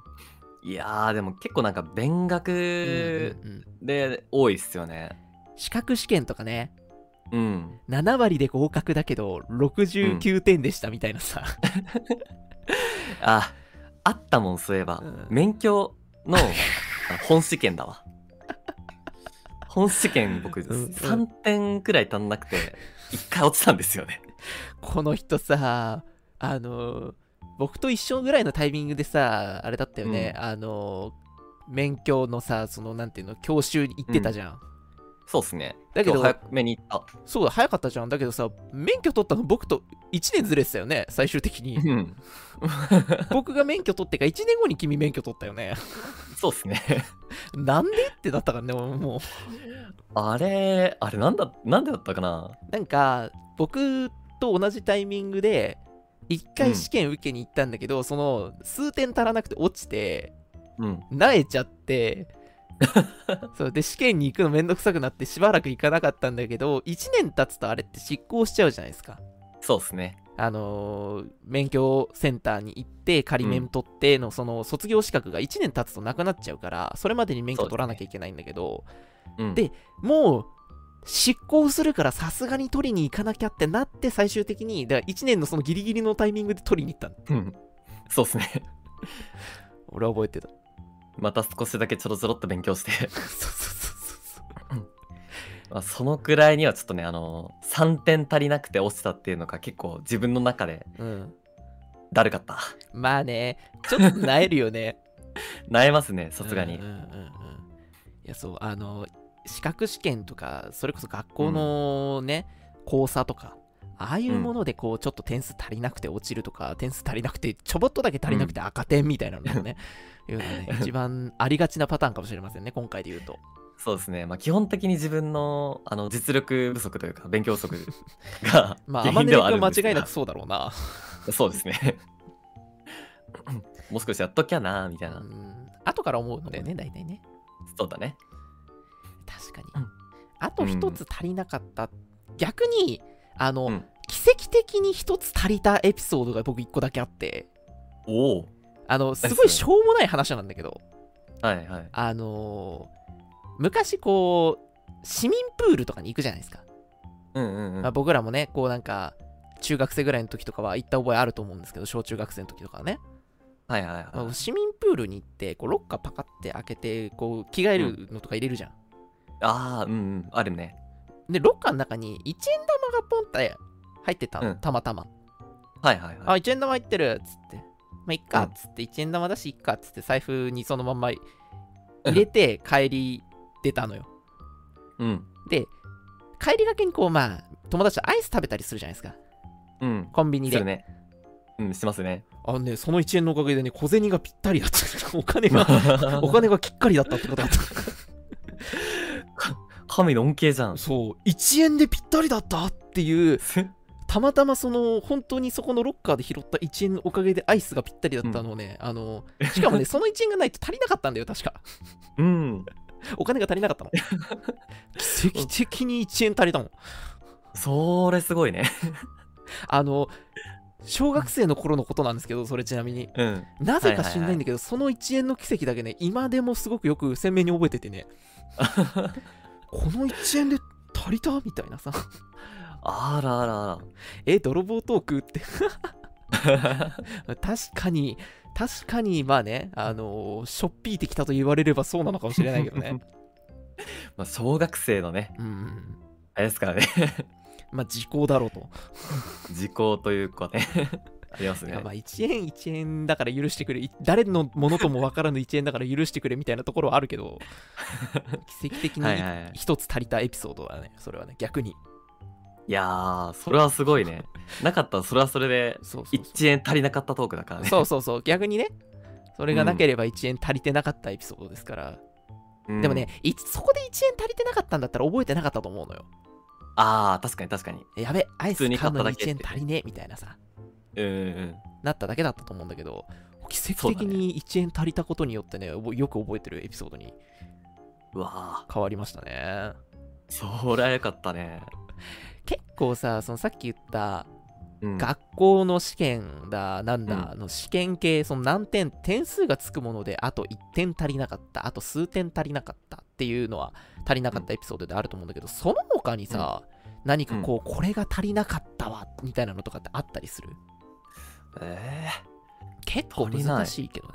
[SPEAKER 2] いやー、でも結構なんか、勉学
[SPEAKER 1] うんうんうん
[SPEAKER 2] で多いっすよね。
[SPEAKER 1] 資格試験とかね、
[SPEAKER 2] うん。
[SPEAKER 1] 7割で合格だけど、69点でしたみたいなさ。
[SPEAKER 2] あ、あったもん、そういえば。
[SPEAKER 1] うん
[SPEAKER 2] 免許のあ本試験だわ。本試験、僕、
[SPEAKER 1] うんうん
[SPEAKER 2] 3点くらい足んなくて、1回落ちたんですよね。
[SPEAKER 1] この人さ、あの、僕と一緒ぐらいのタイミングでさ、あれだったよね、あの、免許のさ、その、なんていうの、教習に行ってたじゃん。
[SPEAKER 2] そうっすね。
[SPEAKER 1] だけど
[SPEAKER 2] 今日早めに行った。
[SPEAKER 1] そうだ、早かったじゃん。だけどさ、免許取ったの僕と1年ずれてたよね、最終的 に。
[SPEAKER 2] うん。
[SPEAKER 1] 僕が免許取ってから1年後に君免許取ったよね。
[SPEAKER 2] そうっすね。
[SPEAKER 1] なんでってなったからね、も
[SPEAKER 2] あれ、あれなんだ、なんでだったかな
[SPEAKER 1] う。なんか、僕と同じタイミングで、1
[SPEAKER 2] う
[SPEAKER 1] 回
[SPEAKER 2] ん
[SPEAKER 1] 試験受けに行ったんだけど、その数点足らなくて落ちて、
[SPEAKER 2] うん。
[SPEAKER 1] なえちゃって、そうで試験に行くのめんどくさくなってしばらく行かなかったんだけど1年経つとあれって失効しちゃうじゃないですか
[SPEAKER 2] そうっすね。
[SPEAKER 1] あのー免許センターに行って仮免取ってのその卒業資格が1年経つとなくなっちゃうからそれまでに免許取らなきゃいけないんだけど、
[SPEAKER 2] うん。
[SPEAKER 1] でもう執行するからさすがに取りに行かなきゃってなって最終的にだから1年のそのギリギリのタイミングで取りに行ったの
[SPEAKER 2] うんそうっすね。
[SPEAKER 1] 俺は覚えてた
[SPEAKER 2] また少しだけちょろちょろっと勉強して、
[SPEAKER 1] そう そうそうそうそう
[SPEAKER 2] まあ、そのくらいにはちょっとね、あの3点足りなくて落ちたっていうのが結構自分の中で
[SPEAKER 1] うん、
[SPEAKER 2] だるかった。
[SPEAKER 1] まあねちょっとなえるよね
[SPEAKER 2] 悩ますね、さすがに
[SPEAKER 1] うん。うんうんうんいやそうあの資格試験とかそれこそ学校のね、交差とかああいうものでこうちょっと点数足りなくて落ちるとか、点数足りなくてちょぼっとだけ足りなくて赤点みたいなのも ね、いうのはね一番ありがちなパターンかもしれませんね今回で言うと
[SPEAKER 2] そうですね。まあ、基本的に自分のあの実力不足というか、勉強不足が
[SPEAKER 1] まあ
[SPEAKER 2] 原
[SPEAKER 1] 天
[SPEAKER 2] 因で
[SPEAKER 1] 音
[SPEAKER 2] はある
[SPEAKER 1] 君
[SPEAKER 2] ん
[SPEAKER 1] 間
[SPEAKER 2] ですが
[SPEAKER 1] 違いなくそうだろうな、
[SPEAKER 2] そうですね。 もう少しやっときゃな、みたいうな。
[SPEAKER 1] ん、後から思うのだよね大体ね
[SPEAKER 2] そうだね。
[SPEAKER 1] 確かに、
[SPEAKER 2] うん
[SPEAKER 1] あと一つ足りなかった、逆にあの、
[SPEAKER 2] うん
[SPEAKER 1] 奇跡的に一つ足りたエピソードが僕一個だけあって
[SPEAKER 2] おお。
[SPEAKER 1] あのす
[SPEAKER 2] それ
[SPEAKER 1] ごいしょうもない話なんだけど
[SPEAKER 2] はいはい。
[SPEAKER 1] あのー昔こう市民プールとかに行くじゃないですか、
[SPEAKER 2] うんうんうん。
[SPEAKER 1] まあ、僕らもねこうなんか中学生ぐらいの時とかは行った覚えあると思うんですけど小中学生の時とかはね、
[SPEAKER 2] はいはいはい。
[SPEAKER 1] まあ市民プールに行ってこうロッカーパカって開けてこう着替えるのとか入れるじゃん、
[SPEAKER 2] ああ、うんうん。あるね。
[SPEAKER 1] でロッカーの中に1円玉がポンって入ってたの、
[SPEAKER 2] うん
[SPEAKER 1] たまたま
[SPEAKER 2] はいはい
[SPEAKER 1] あ、
[SPEAKER 2] はい。
[SPEAKER 1] 1円玉入ってるっつって、まあ、いっか
[SPEAKER 2] うん
[SPEAKER 1] っつって、1円玉だし、いっかっつって、財布にそのまんま入れて、帰り出たのよ。
[SPEAKER 2] うん。
[SPEAKER 1] で、帰りがけにこう、まあ、友達とアイス食べたりするじゃないですか。
[SPEAKER 2] うん
[SPEAKER 1] コンビニ
[SPEAKER 2] す
[SPEAKER 1] で、
[SPEAKER 2] るねうんしてますね
[SPEAKER 1] あのねその1円のおかげでね小銭がぴったりだったお金 が お金がきっかりだったってことだった
[SPEAKER 2] 神の恩恵じゃん
[SPEAKER 1] そう1円でぴったりだったっていう
[SPEAKER 2] す
[SPEAKER 1] たまたまその本当にそこのロッカーで拾った1円のおかげでアイスがぴったりだったのをね、あのし かもねその1円がないと足りなかったんだよ確か
[SPEAKER 2] うん
[SPEAKER 1] お金が足りなかった の奇跡的に1円足りたもん
[SPEAKER 2] それすごいね
[SPEAKER 1] あの小学生の頃のことなんですけどそれちなみに
[SPEAKER 2] うん
[SPEAKER 1] なぜか知んないんだけど、その1円の奇跡だけね今でもすごくよく鮮明に覚えてて ねこの1円で足りたみたいなさ
[SPEAKER 2] あらあらあ
[SPEAKER 1] え泥棒トークって
[SPEAKER 2] ら
[SPEAKER 1] 確かに確かにまあねあのーしょっぴいてきたと言われればそうなのかもしれないけどね
[SPEAKER 2] まあ小学生のね
[SPEAKER 1] うん
[SPEAKER 2] あれですからね
[SPEAKER 1] まあ時効だろうと、
[SPEAKER 2] 時効というかね あります
[SPEAKER 1] い
[SPEAKER 2] ね
[SPEAKER 1] やまあ1円1円だから許してくれい誰のものとも分からぬ1円だから許してくれみたいなところはあるけ ど奇跡的に
[SPEAKER 2] はいはいはい
[SPEAKER 1] 一つ足りたエピソードだねそれはね逆に
[SPEAKER 2] いやーそれはすごいねなかったらそれはそれで
[SPEAKER 1] そうそうそう
[SPEAKER 2] 1円足りなかったトークだからね
[SPEAKER 1] そうそうそう、逆にね、それがなければ1円足りてなかったエピソードですから、
[SPEAKER 2] うん
[SPEAKER 1] でもね、いそこで1円足りてなかったんだったら覚えてなかったと思うのよ。
[SPEAKER 2] あー確かに確かに
[SPEAKER 1] やべ、アイス
[SPEAKER 2] 普通に
[SPEAKER 1] 買
[SPEAKER 2] 買
[SPEAKER 1] う
[SPEAKER 2] っ
[SPEAKER 1] の
[SPEAKER 2] た
[SPEAKER 1] に
[SPEAKER 2] だ
[SPEAKER 1] 1
[SPEAKER 2] け
[SPEAKER 1] 円足りねえみたいなさ、
[SPEAKER 2] うんうん
[SPEAKER 1] なっただけだったと思うんだけど、奇跡
[SPEAKER 2] そうだ
[SPEAKER 1] 的
[SPEAKER 2] ね
[SPEAKER 1] に1円足りたことによってね、覚えよく覚えてるエピソードに
[SPEAKER 2] うんうわ
[SPEAKER 1] 変わりましたね。
[SPEAKER 2] ーそりゃよかったね
[SPEAKER 1] 結構さ、そのさっき言った
[SPEAKER 2] うん
[SPEAKER 1] 学校の試験だ、なんだ、の試験系、その何点、点数がつくもので、あと1点足りなかった、あと数点足りなかったっていうのは、足りなかったエピソードであると思うんだけど、その他にさ、何かこう、これが足りなかったわ、みたいなのとかってあったりする
[SPEAKER 2] え
[SPEAKER 1] 結構
[SPEAKER 2] 足りない
[SPEAKER 1] 難しいけどね。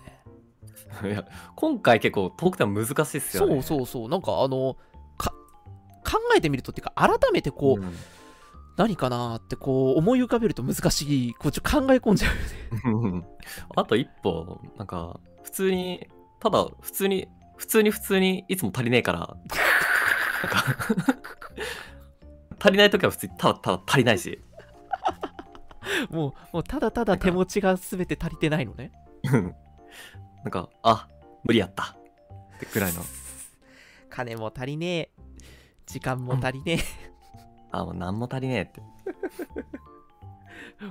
[SPEAKER 2] ー、いや今回結構トークテーマ難しいっすよ
[SPEAKER 1] そ
[SPEAKER 2] ね
[SPEAKER 1] うそうそう、なんかあの、か考えてみるとっていうか、改めてこう、
[SPEAKER 2] ん
[SPEAKER 1] 何かなーってこう、思い浮かべると難しい、こうちょっと考え込んじゃうよね。
[SPEAKER 2] うんあと一歩、なんか、普通に、ただ、普通に、普通に普通に、いつも足りねえから、なんか足りないときは普通に、ただただ足りないし、
[SPEAKER 1] もう、もうただただ手持ちが全て足りてないのね。
[SPEAKER 2] うんなんか、あ、無理やった。ってくらいの、
[SPEAKER 1] 金も足りねえ時間も足りね
[SPEAKER 2] あ、もう何も足りねえって。
[SPEAKER 1] え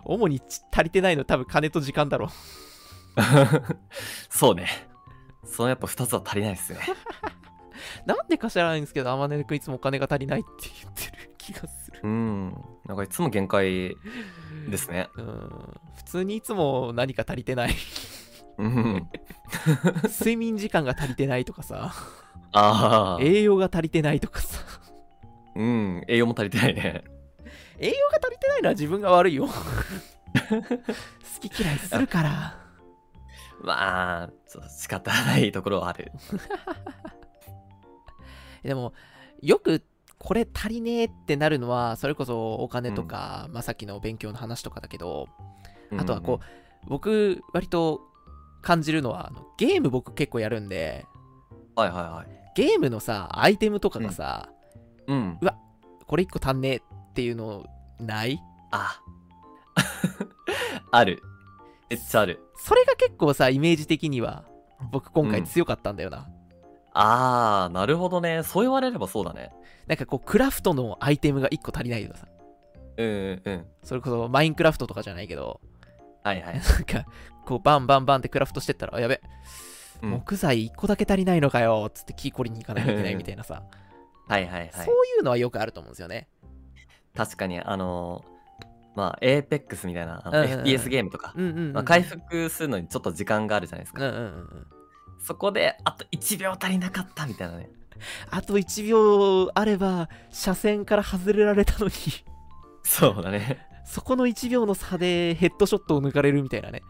[SPEAKER 1] 主にち足りてないの多分金と時間だろ
[SPEAKER 2] そうね。そのやっぱ二つは足りないですね。
[SPEAKER 1] なんでか知らないんですけど天音くんいつもお金が足りないって言ってる気がする
[SPEAKER 2] うん。なんかいつも限界ですね。
[SPEAKER 1] うーん普通にいつも何か足りて ない
[SPEAKER 2] うん。
[SPEAKER 1] 睡眠時間が足りてないとかさ
[SPEAKER 2] ああ。
[SPEAKER 1] 栄養が足りてないとかさ
[SPEAKER 2] うん。栄養も足りてないね。
[SPEAKER 1] 栄養が足りてないのは自分が悪い よ好き嫌いするから
[SPEAKER 2] まあ、そう仕方ないところはある。
[SPEAKER 1] でもよくこれ足りねえってなるのはそれこそお金とか、まあ、さっきの勉強の話とかだけど、あとはこう、僕、割と感じるのは、あのゲーム僕結構やるんで、
[SPEAKER 2] うん。はいはいはい。
[SPEAKER 1] ゲームのさ、アイテムとかがさ、
[SPEAKER 2] うん。
[SPEAKER 1] これ1個足んねえっていうのない
[SPEAKER 2] あ。 ある。めっちゃある。
[SPEAKER 1] それが結構さ、イメージ的には、僕今回
[SPEAKER 2] うん
[SPEAKER 1] 強かったんだよな。
[SPEAKER 2] ああ、なるほどね。そう言われればそうだね。
[SPEAKER 1] なんかこう、クラフトのアイテムが1個足りないとかさ、
[SPEAKER 2] うんうんうん。
[SPEAKER 1] それこそマインクラフトとかじゃないけど、
[SPEAKER 2] はい はい。
[SPEAKER 1] なんか、こう、バンバンバンってクラフトしてったら、あやべ、
[SPEAKER 2] うん
[SPEAKER 1] 木材1個だけ足りないのかよ、つって木こりに行かなきゃいけないみたいな さ、
[SPEAKER 2] はいはい
[SPEAKER 1] そう
[SPEAKER 2] はい。
[SPEAKER 1] いうのはよくあると思うんですよね。
[SPEAKER 2] 確かに、あのーまあ、エーペックスみたいな、あの
[SPEAKER 1] うんうんうん
[SPEAKER 2] FPS ゲームとか、
[SPEAKER 1] うんうん、うん。
[SPEAKER 2] まあ、回復するのにちょっと時間があるじゃないです
[SPEAKER 1] うんう
[SPEAKER 2] か。
[SPEAKER 1] んうんうん。
[SPEAKER 2] そこで、あと1秒足りなかったみたいなね。
[SPEAKER 1] あと1秒あれば車線から外れられたのに
[SPEAKER 2] そうだね。
[SPEAKER 1] そこの1秒の差でヘッドショットを抜かれるみたいなね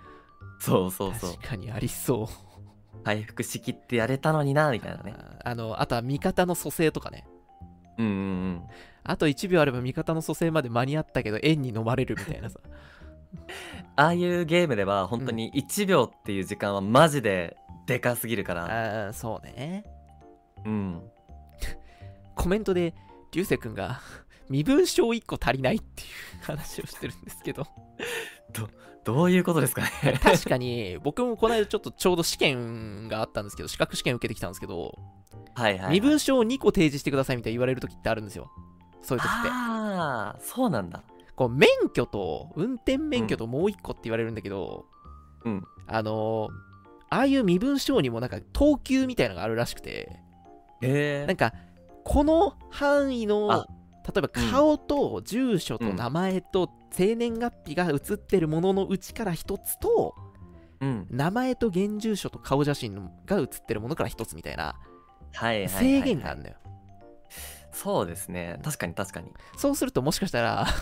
[SPEAKER 2] そうそうそう。
[SPEAKER 1] 確かにありそう
[SPEAKER 2] 回復しきってやれたのにな、みたいなね。
[SPEAKER 1] ああのあとは味方の蘇生とかね
[SPEAKER 2] うんうんうん。
[SPEAKER 1] あと1秒あれば味方の蘇生まで間に合ったけど円に飲まれるみたいなさ
[SPEAKER 2] ああいうゲームでは本当に1秒っていう時間はマジででかすぎるから、
[SPEAKER 1] あーそうね
[SPEAKER 2] うん、
[SPEAKER 1] コメントで流星くんが身分証1個足りないっていう話をしてるんですけど
[SPEAKER 2] どういうこと ですかね
[SPEAKER 1] 確かに僕もこの間ちょっとちょうど試験があったんですけど資格試験受けてきたんですけど
[SPEAKER 2] はいはいは
[SPEAKER 1] 身
[SPEAKER 2] い、
[SPEAKER 1] 分証を2個提示してくださいみたいに言われる時ってあるんですよそういう時って
[SPEAKER 2] ああそうなんだ
[SPEAKER 1] こう免許と運転免許ともう1個って言われるんだけど、
[SPEAKER 2] うん
[SPEAKER 1] あのーああいう身分証にもなんか等級みたいなのがあるらしくて
[SPEAKER 2] へ
[SPEAKER 1] なんかこの範囲の
[SPEAKER 2] あ
[SPEAKER 1] 例えば
[SPEAKER 2] うん
[SPEAKER 1] 顔と住所と
[SPEAKER 2] うん
[SPEAKER 1] 名前と生年月日が写ってるもののうちから1つと
[SPEAKER 2] うん
[SPEAKER 1] 名前と現住所と顔写真が写ってるものから1つみたいな
[SPEAKER 2] はいはいはいはい
[SPEAKER 1] 制限があるのよ
[SPEAKER 2] そうですね確かに確かに
[SPEAKER 1] そうするともしかしたら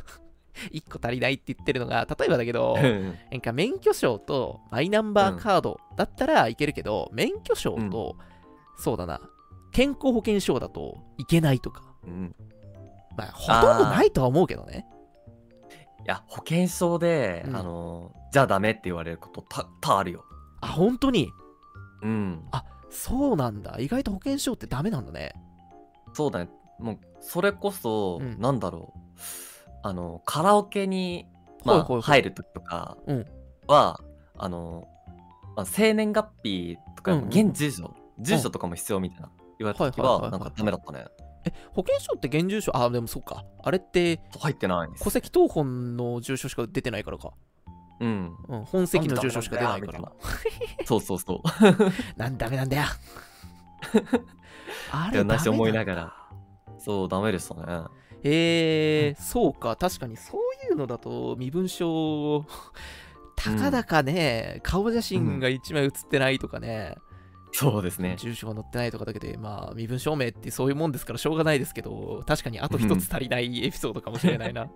[SPEAKER 1] 1個足りないって言ってるのが例えばだけど
[SPEAKER 2] うん
[SPEAKER 1] なんか免許証とマイナンバーカードだったらいけるけど、免許証と、そうだな健康保険証だといけないとか
[SPEAKER 2] うん
[SPEAKER 1] まあほとんどないとは思うけどね
[SPEAKER 2] いや保険証で、
[SPEAKER 1] うん
[SPEAKER 2] あのじゃあダメって言われることたたあるよ
[SPEAKER 1] あ本当に
[SPEAKER 2] うん
[SPEAKER 1] そうなんだ意外と保険証ってダメなんだね
[SPEAKER 2] そうだねもうそれこそ、
[SPEAKER 1] うん
[SPEAKER 2] なんだろうあのカラオケに、ま
[SPEAKER 1] ほいほいほい
[SPEAKER 2] あ、入る時とか
[SPEAKER 1] うん
[SPEAKER 2] は、あの、まあ、生年月日とか、
[SPEAKER 1] うんうん
[SPEAKER 2] 現住所住所とかも必要みたいな言われた時
[SPEAKER 1] はいはいはいは
[SPEAKER 2] はいなんかダメだったね
[SPEAKER 1] 保険証って現住所あでもそうかあれって
[SPEAKER 2] 入ってないです
[SPEAKER 1] 戸籍謄本の住所しか出てないからか、
[SPEAKER 2] うん
[SPEAKER 1] うん、本籍の住所しか出ないから
[SPEAKER 2] みたいなそうそうそう
[SPEAKER 1] なんダメなんだよ あれダメ
[SPEAKER 2] って
[SPEAKER 1] なん
[SPEAKER 2] 話
[SPEAKER 1] だ
[SPEAKER 2] 思いながらそうダメでしたね
[SPEAKER 1] へえ、そうか、確かにそういうのだと身分証、たかだかね、顔写真が1枚写ってないとかね、
[SPEAKER 2] そうですね
[SPEAKER 1] 住所が載ってないとかだけで、まあ、身分証明ってそういうもんですからしょうがないですけど、確かにあと1つ足りないエピソードかもしれ ないな。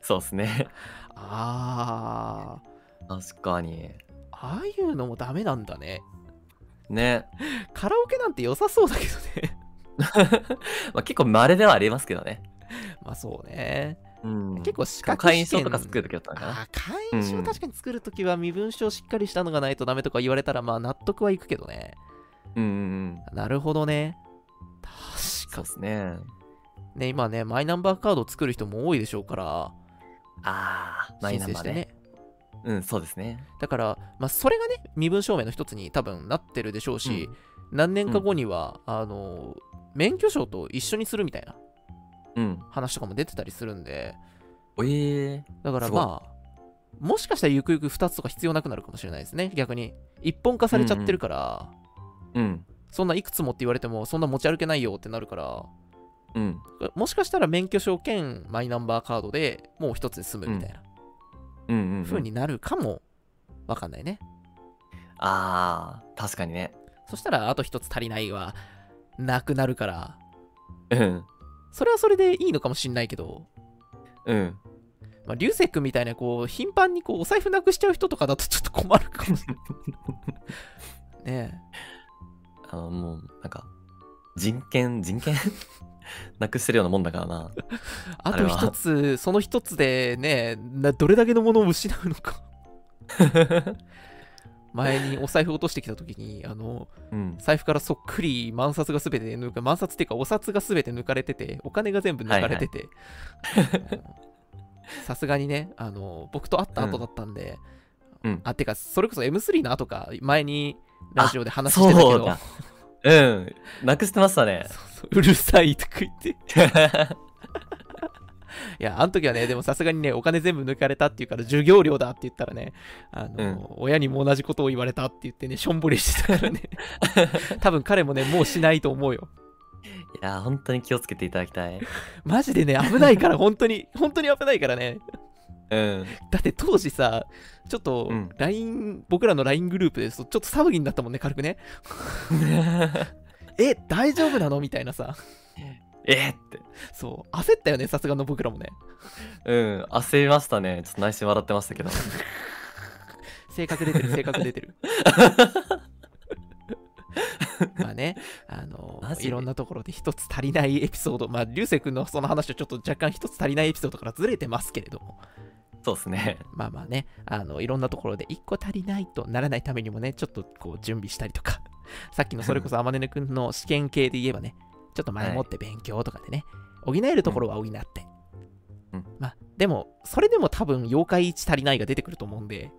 [SPEAKER 2] そうですね
[SPEAKER 1] あー、
[SPEAKER 2] 確かに
[SPEAKER 1] ああいうのもダメなんだね。
[SPEAKER 2] ね、
[SPEAKER 1] カラオケなんて良さそうだけどね。
[SPEAKER 2] まあ、結構稀ではありますけどね、
[SPEAKER 1] まあそうね。
[SPEAKER 2] うん、
[SPEAKER 1] 結構資格
[SPEAKER 2] 会員
[SPEAKER 1] 試験
[SPEAKER 2] 証とか作るときだったのかな
[SPEAKER 1] あー会員
[SPEAKER 2] う
[SPEAKER 1] 証
[SPEAKER 2] ん
[SPEAKER 1] 確かに作るときは身分証しっかりしたのがないとダメとか言われたらまあ納得はいくけどね。
[SPEAKER 2] うんうんうん
[SPEAKER 1] なるほどね。
[SPEAKER 2] そ
[SPEAKER 1] 確
[SPEAKER 2] うで
[SPEAKER 1] か
[SPEAKER 2] すね
[SPEAKER 1] ね、今ね、マイナンバーカードを作る人も多いでしょうから、
[SPEAKER 2] ああマ
[SPEAKER 1] 申
[SPEAKER 2] イナン
[SPEAKER 1] 請
[SPEAKER 2] バ
[SPEAKER 1] し
[SPEAKER 2] ー
[SPEAKER 1] て
[SPEAKER 2] ね
[SPEAKER 1] ね。
[SPEAKER 2] うんそうですね
[SPEAKER 1] だから、まあ、それがね、身分証明の一つに多分なってるでしょうし、何年か後には、あの、免許証と一緒にするみたいな
[SPEAKER 2] うん
[SPEAKER 1] 話とかも出てたりするんで、
[SPEAKER 2] おえー、
[SPEAKER 1] だから
[SPEAKER 2] すごい
[SPEAKER 1] まあ、もしかしたらゆくゆく2つとか必要なくなるかもしれないですね、逆に。一本化されちゃってるから、
[SPEAKER 2] うん
[SPEAKER 1] そんないくつもって言われても、そんな持ち歩けないよってなるから、
[SPEAKER 2] うん
[SPEAKER 1] もしかしたら免許証兼マイナンバーカードでもう一つで済むみたいな
[SPEAKER 2] うんうん、うん、
[SPEAKER 1] 風になるかもわかんないね。
[SPEAKER 2] ああ確かにね
[SPEAKER 1] そしたらあと一つ足りないはなくなるから、
[SPEAKER 2] うん
[SPEAKER 1] それはそれでいいのかもしんないけど、
[SPEAKER 2] うん
[SPEAKER 1] まあ、流星君みたいなこう頻繁にこうお財布なくしちゃう人とかだとちょっと困るかもしれない。ね
[SPEAKER 2] あのもうなんか人権人権 なくしてるようなもんだから な
[SPEAKER 1] えあ
[SPEAKER 2] あ
[SPEAKER 1] と
[SPEAKER 2] れは
[SPEAKER 1] 一つ、その一つでね、などれだけのものを失うのか。前にお財布落としてきた時に、あの、
[SPEAKER 2] うん
[SPEAKER 1] 財布からそっくり万札がすべて抜か万札っていうかお札がすべて抜かれててお金が全部抜かれてて さすがにねあの僕と会った後だったんで、
[SPEAKER 2] うんうん
[SPEAKER 1] あてかそれこそ M3 の後か前にラジオで話してたけ
[SPEAKER 2] そう
[SPEAKER 1] ど
[SPEAKER 2] だうんなくしてました ね
[SPEAKER 1] そうそううるさいとか言っていやあの時はねでもさすがにねお金全部抜かれたっていうから授業料だって言ったらねあの、
[SPEAKER 2] うん
[SPEAKER 1] 親にも同じことを言われたって言ってねしょんぼりしてた からね多分彼もねもうしないと思うよ
[SPEAKER 2] いや本当に気をつけていただきたい
[SPEAKER 1] マジでね、危ない から、本当に、本当に危ないからね。
[SPEAKER 2] うん
[SPEAKER 1] だって当時さ、ちょっと
[SPEAKER 2] うん
[SPEAKER 1] LINE、僕らの LINE グループですと、ちょっと騒ぎになったもんね、軽く ね。え、大丈夫なのみたいなさ、
[SPEAKER 2] えっって
[SPEAKER 1] そう、焦ったよね、さすがの僕らもね。
[SPEAKER 2] うん焦りましたねちょっと内心笑ってましたけ ど
[SPEAKER 1] 性格出 てる、性格出てる。まあね、あの
[SPEAKER 2] マジで
[SPEAKER 1] いろんなところで一つ足りないエピソード、まあ、流星君のその話とちょっと若干一つ足りないエピソードからずれてますけれども、
[SPEAKER 2] そうですね
[SPEAKER 1] まあまあね、あの、いろんなところで一個足りないとならないためにもね、ちょっとこう準備したりとか、 さっきのそれこそあまねねくんの試験系で言えばね、ちょっと前もって勉強とかでね、補えるところは補って、
[SPEAKER 2] うん
[SPEAKER 1] まあでもそれでも多分妖怪1足りないが出てくると思うんで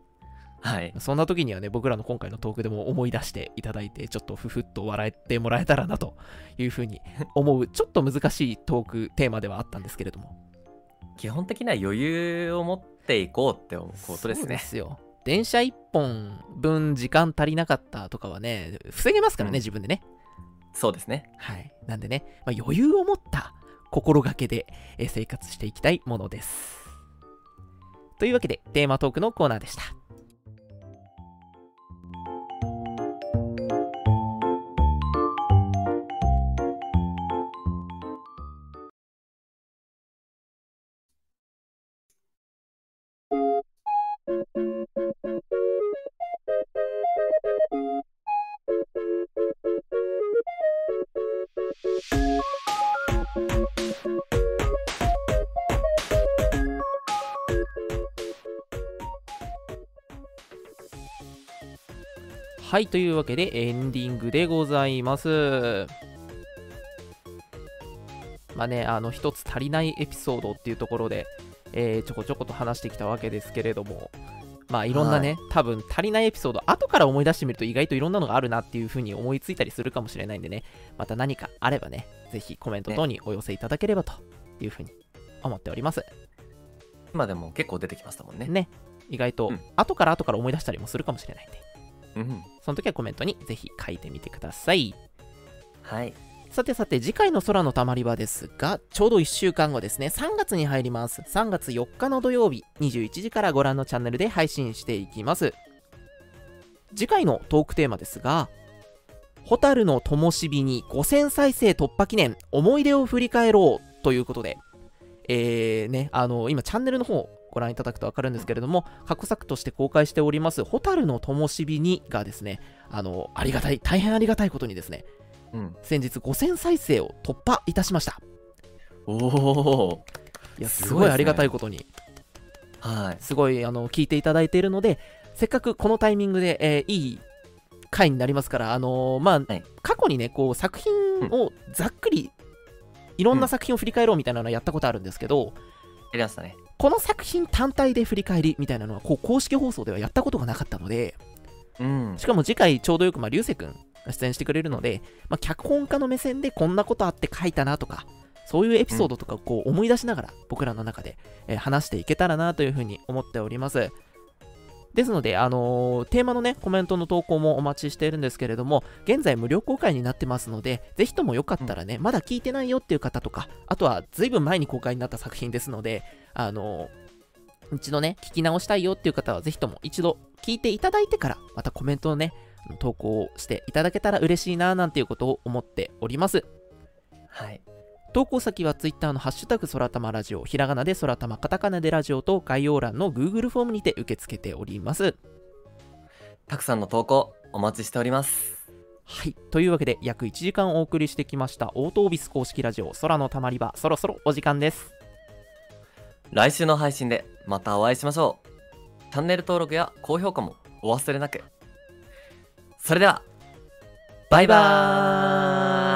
[SPEAKER 2] はい。
[SPEAKER 1] そんな時にはね僕らの今回のトークでも思い出していただいてちょっとふふっと笑ってもらえたらなというふうに思うちょっと難しいトークテーマではあったんですけれども
[SPEAKER 2] 基本的には余裕を持っていこうって思うことです
[SPEAKER 1] そうで
[SPEAKER 2] ね。
[SPEAKER 1] すよ電車1本分時間足りなかったとかはね防げますからね、
[SPEAKER 2] うん
[SPEAKER 1] 自分でね
[SPEAKER 2] そうですね。
[SPEAKER 1] はいなんでね、まあ余裕を持った心がけでえー生活していきたいものですというわけでテーマトークのコーナーでしたはいというわけでエンディングでございますまあねあの一つ足りないエピソードっていうところで、えーちょこちょこと話してきたわけですけれどもまあいろんなね、多分足りないエピソード後から思い出してみると意外といろんなのがあるなっていうふうに思いついたりするかもしれないんでねまた何かあればねぜひコメント等にお寄せいただければというふうに思っております
[SPEAKER 2] 今でも結構出てきましたもんね。
[SPEAKER 1] ね意外と
[SPEAKER 2] うん
[SPEAKER 1] 後から後から思い出したりもするかもしれないんで
[SPEAKER 2] うん。
[SPEAKER 1] その時はコメントにぜひ書いてみてください
[SPEAKER 2] はい。
[SPEAKER 1] さてさて次回の空のたまり場ですがちょうど1週間後ですね3月に入ります3月4日の土曜日21時からご覧のチャンネルで配信していきます次回のトークテーマですが「蛍の灯火に5000再生突破記念思い出を振り返ろう」ということでえーねあの今チャンネルの方ご覧いただくと分かるんですけれども過去作として公開しております「蛍の灯火に」がですねあのありがたい大変ありがたいことにですね
[SPEAKER 2] うん。
[SPEAKER 1] 先日5000再生を突破いたしました
[SPEAKER 2] おお。
[SPEAKER 1] いやす
[SPEAKER 2] す
[SPEAKER 1] ごい
[SPEAKER 2] ごいですね
[SPEAKER 1] ありがたいことに
[SPEAKER 2] はい。
[SPEAKER 1] すごいあの聞いていただいているのでせっかくこのタイミングで、えーいい回になりますからあのーまあ、
[SPEAKER 2] はい
[SPEAKER 1] 過去にねこう作品をざっくりいろんな作品を振り返ろうみたいなのはやったことあるんですけど、
[SPEAKER 2] やりましたね。
[SPEAKER 1] この作品単体で振り返りみたいなのはこう公式放送ではやったことがなかったので
[SPEAKER 2] うん
[SPEAKER 1] し。かも次回ちょうどよく、まあ、流星くんが出演してくれるので、まあ、脚本家の目線でこんなことあって書いたなとか、そういうエピソードとかをこう思い出しながら僕らの中で、えー話していけたらなというふうに思っております。ですので、あのーテーマのね、コメントの投稿もお待ちしているんですけれども、現在無料公開になってますので、ぜひともよかったらね、まだ聞いてないよっていう方とか、あとは随分前に公開になった作品ですので、あのー一度ね、聞き直したいよっていう方は、ぜひとも一度聞いていただいてから、またコメントをね、投稿をしていただけたら嬉しいななんていうことを思っております。
[SPEAKER 2] はい。
[SPEAKER 1] 投稿先は Twitter のハッシュタグ空玉ラジオ、ひらがなで空玉、カタカナでラジオと概要欄の Google フォームにて受け付けております。
[SPEAKER 2] たくさんの投稿お待ちしております。
[SPEAKER 1] はい。というわけで、約1時間お送りしてきました、オートオービス公式ラジオ、空のたまり場、そろそろお時間です。
[SPEAKER 2] 来週の配信でまたお会いしましょう。チャンネル登録や高評価もお忘れなく。それでは、バイバーイ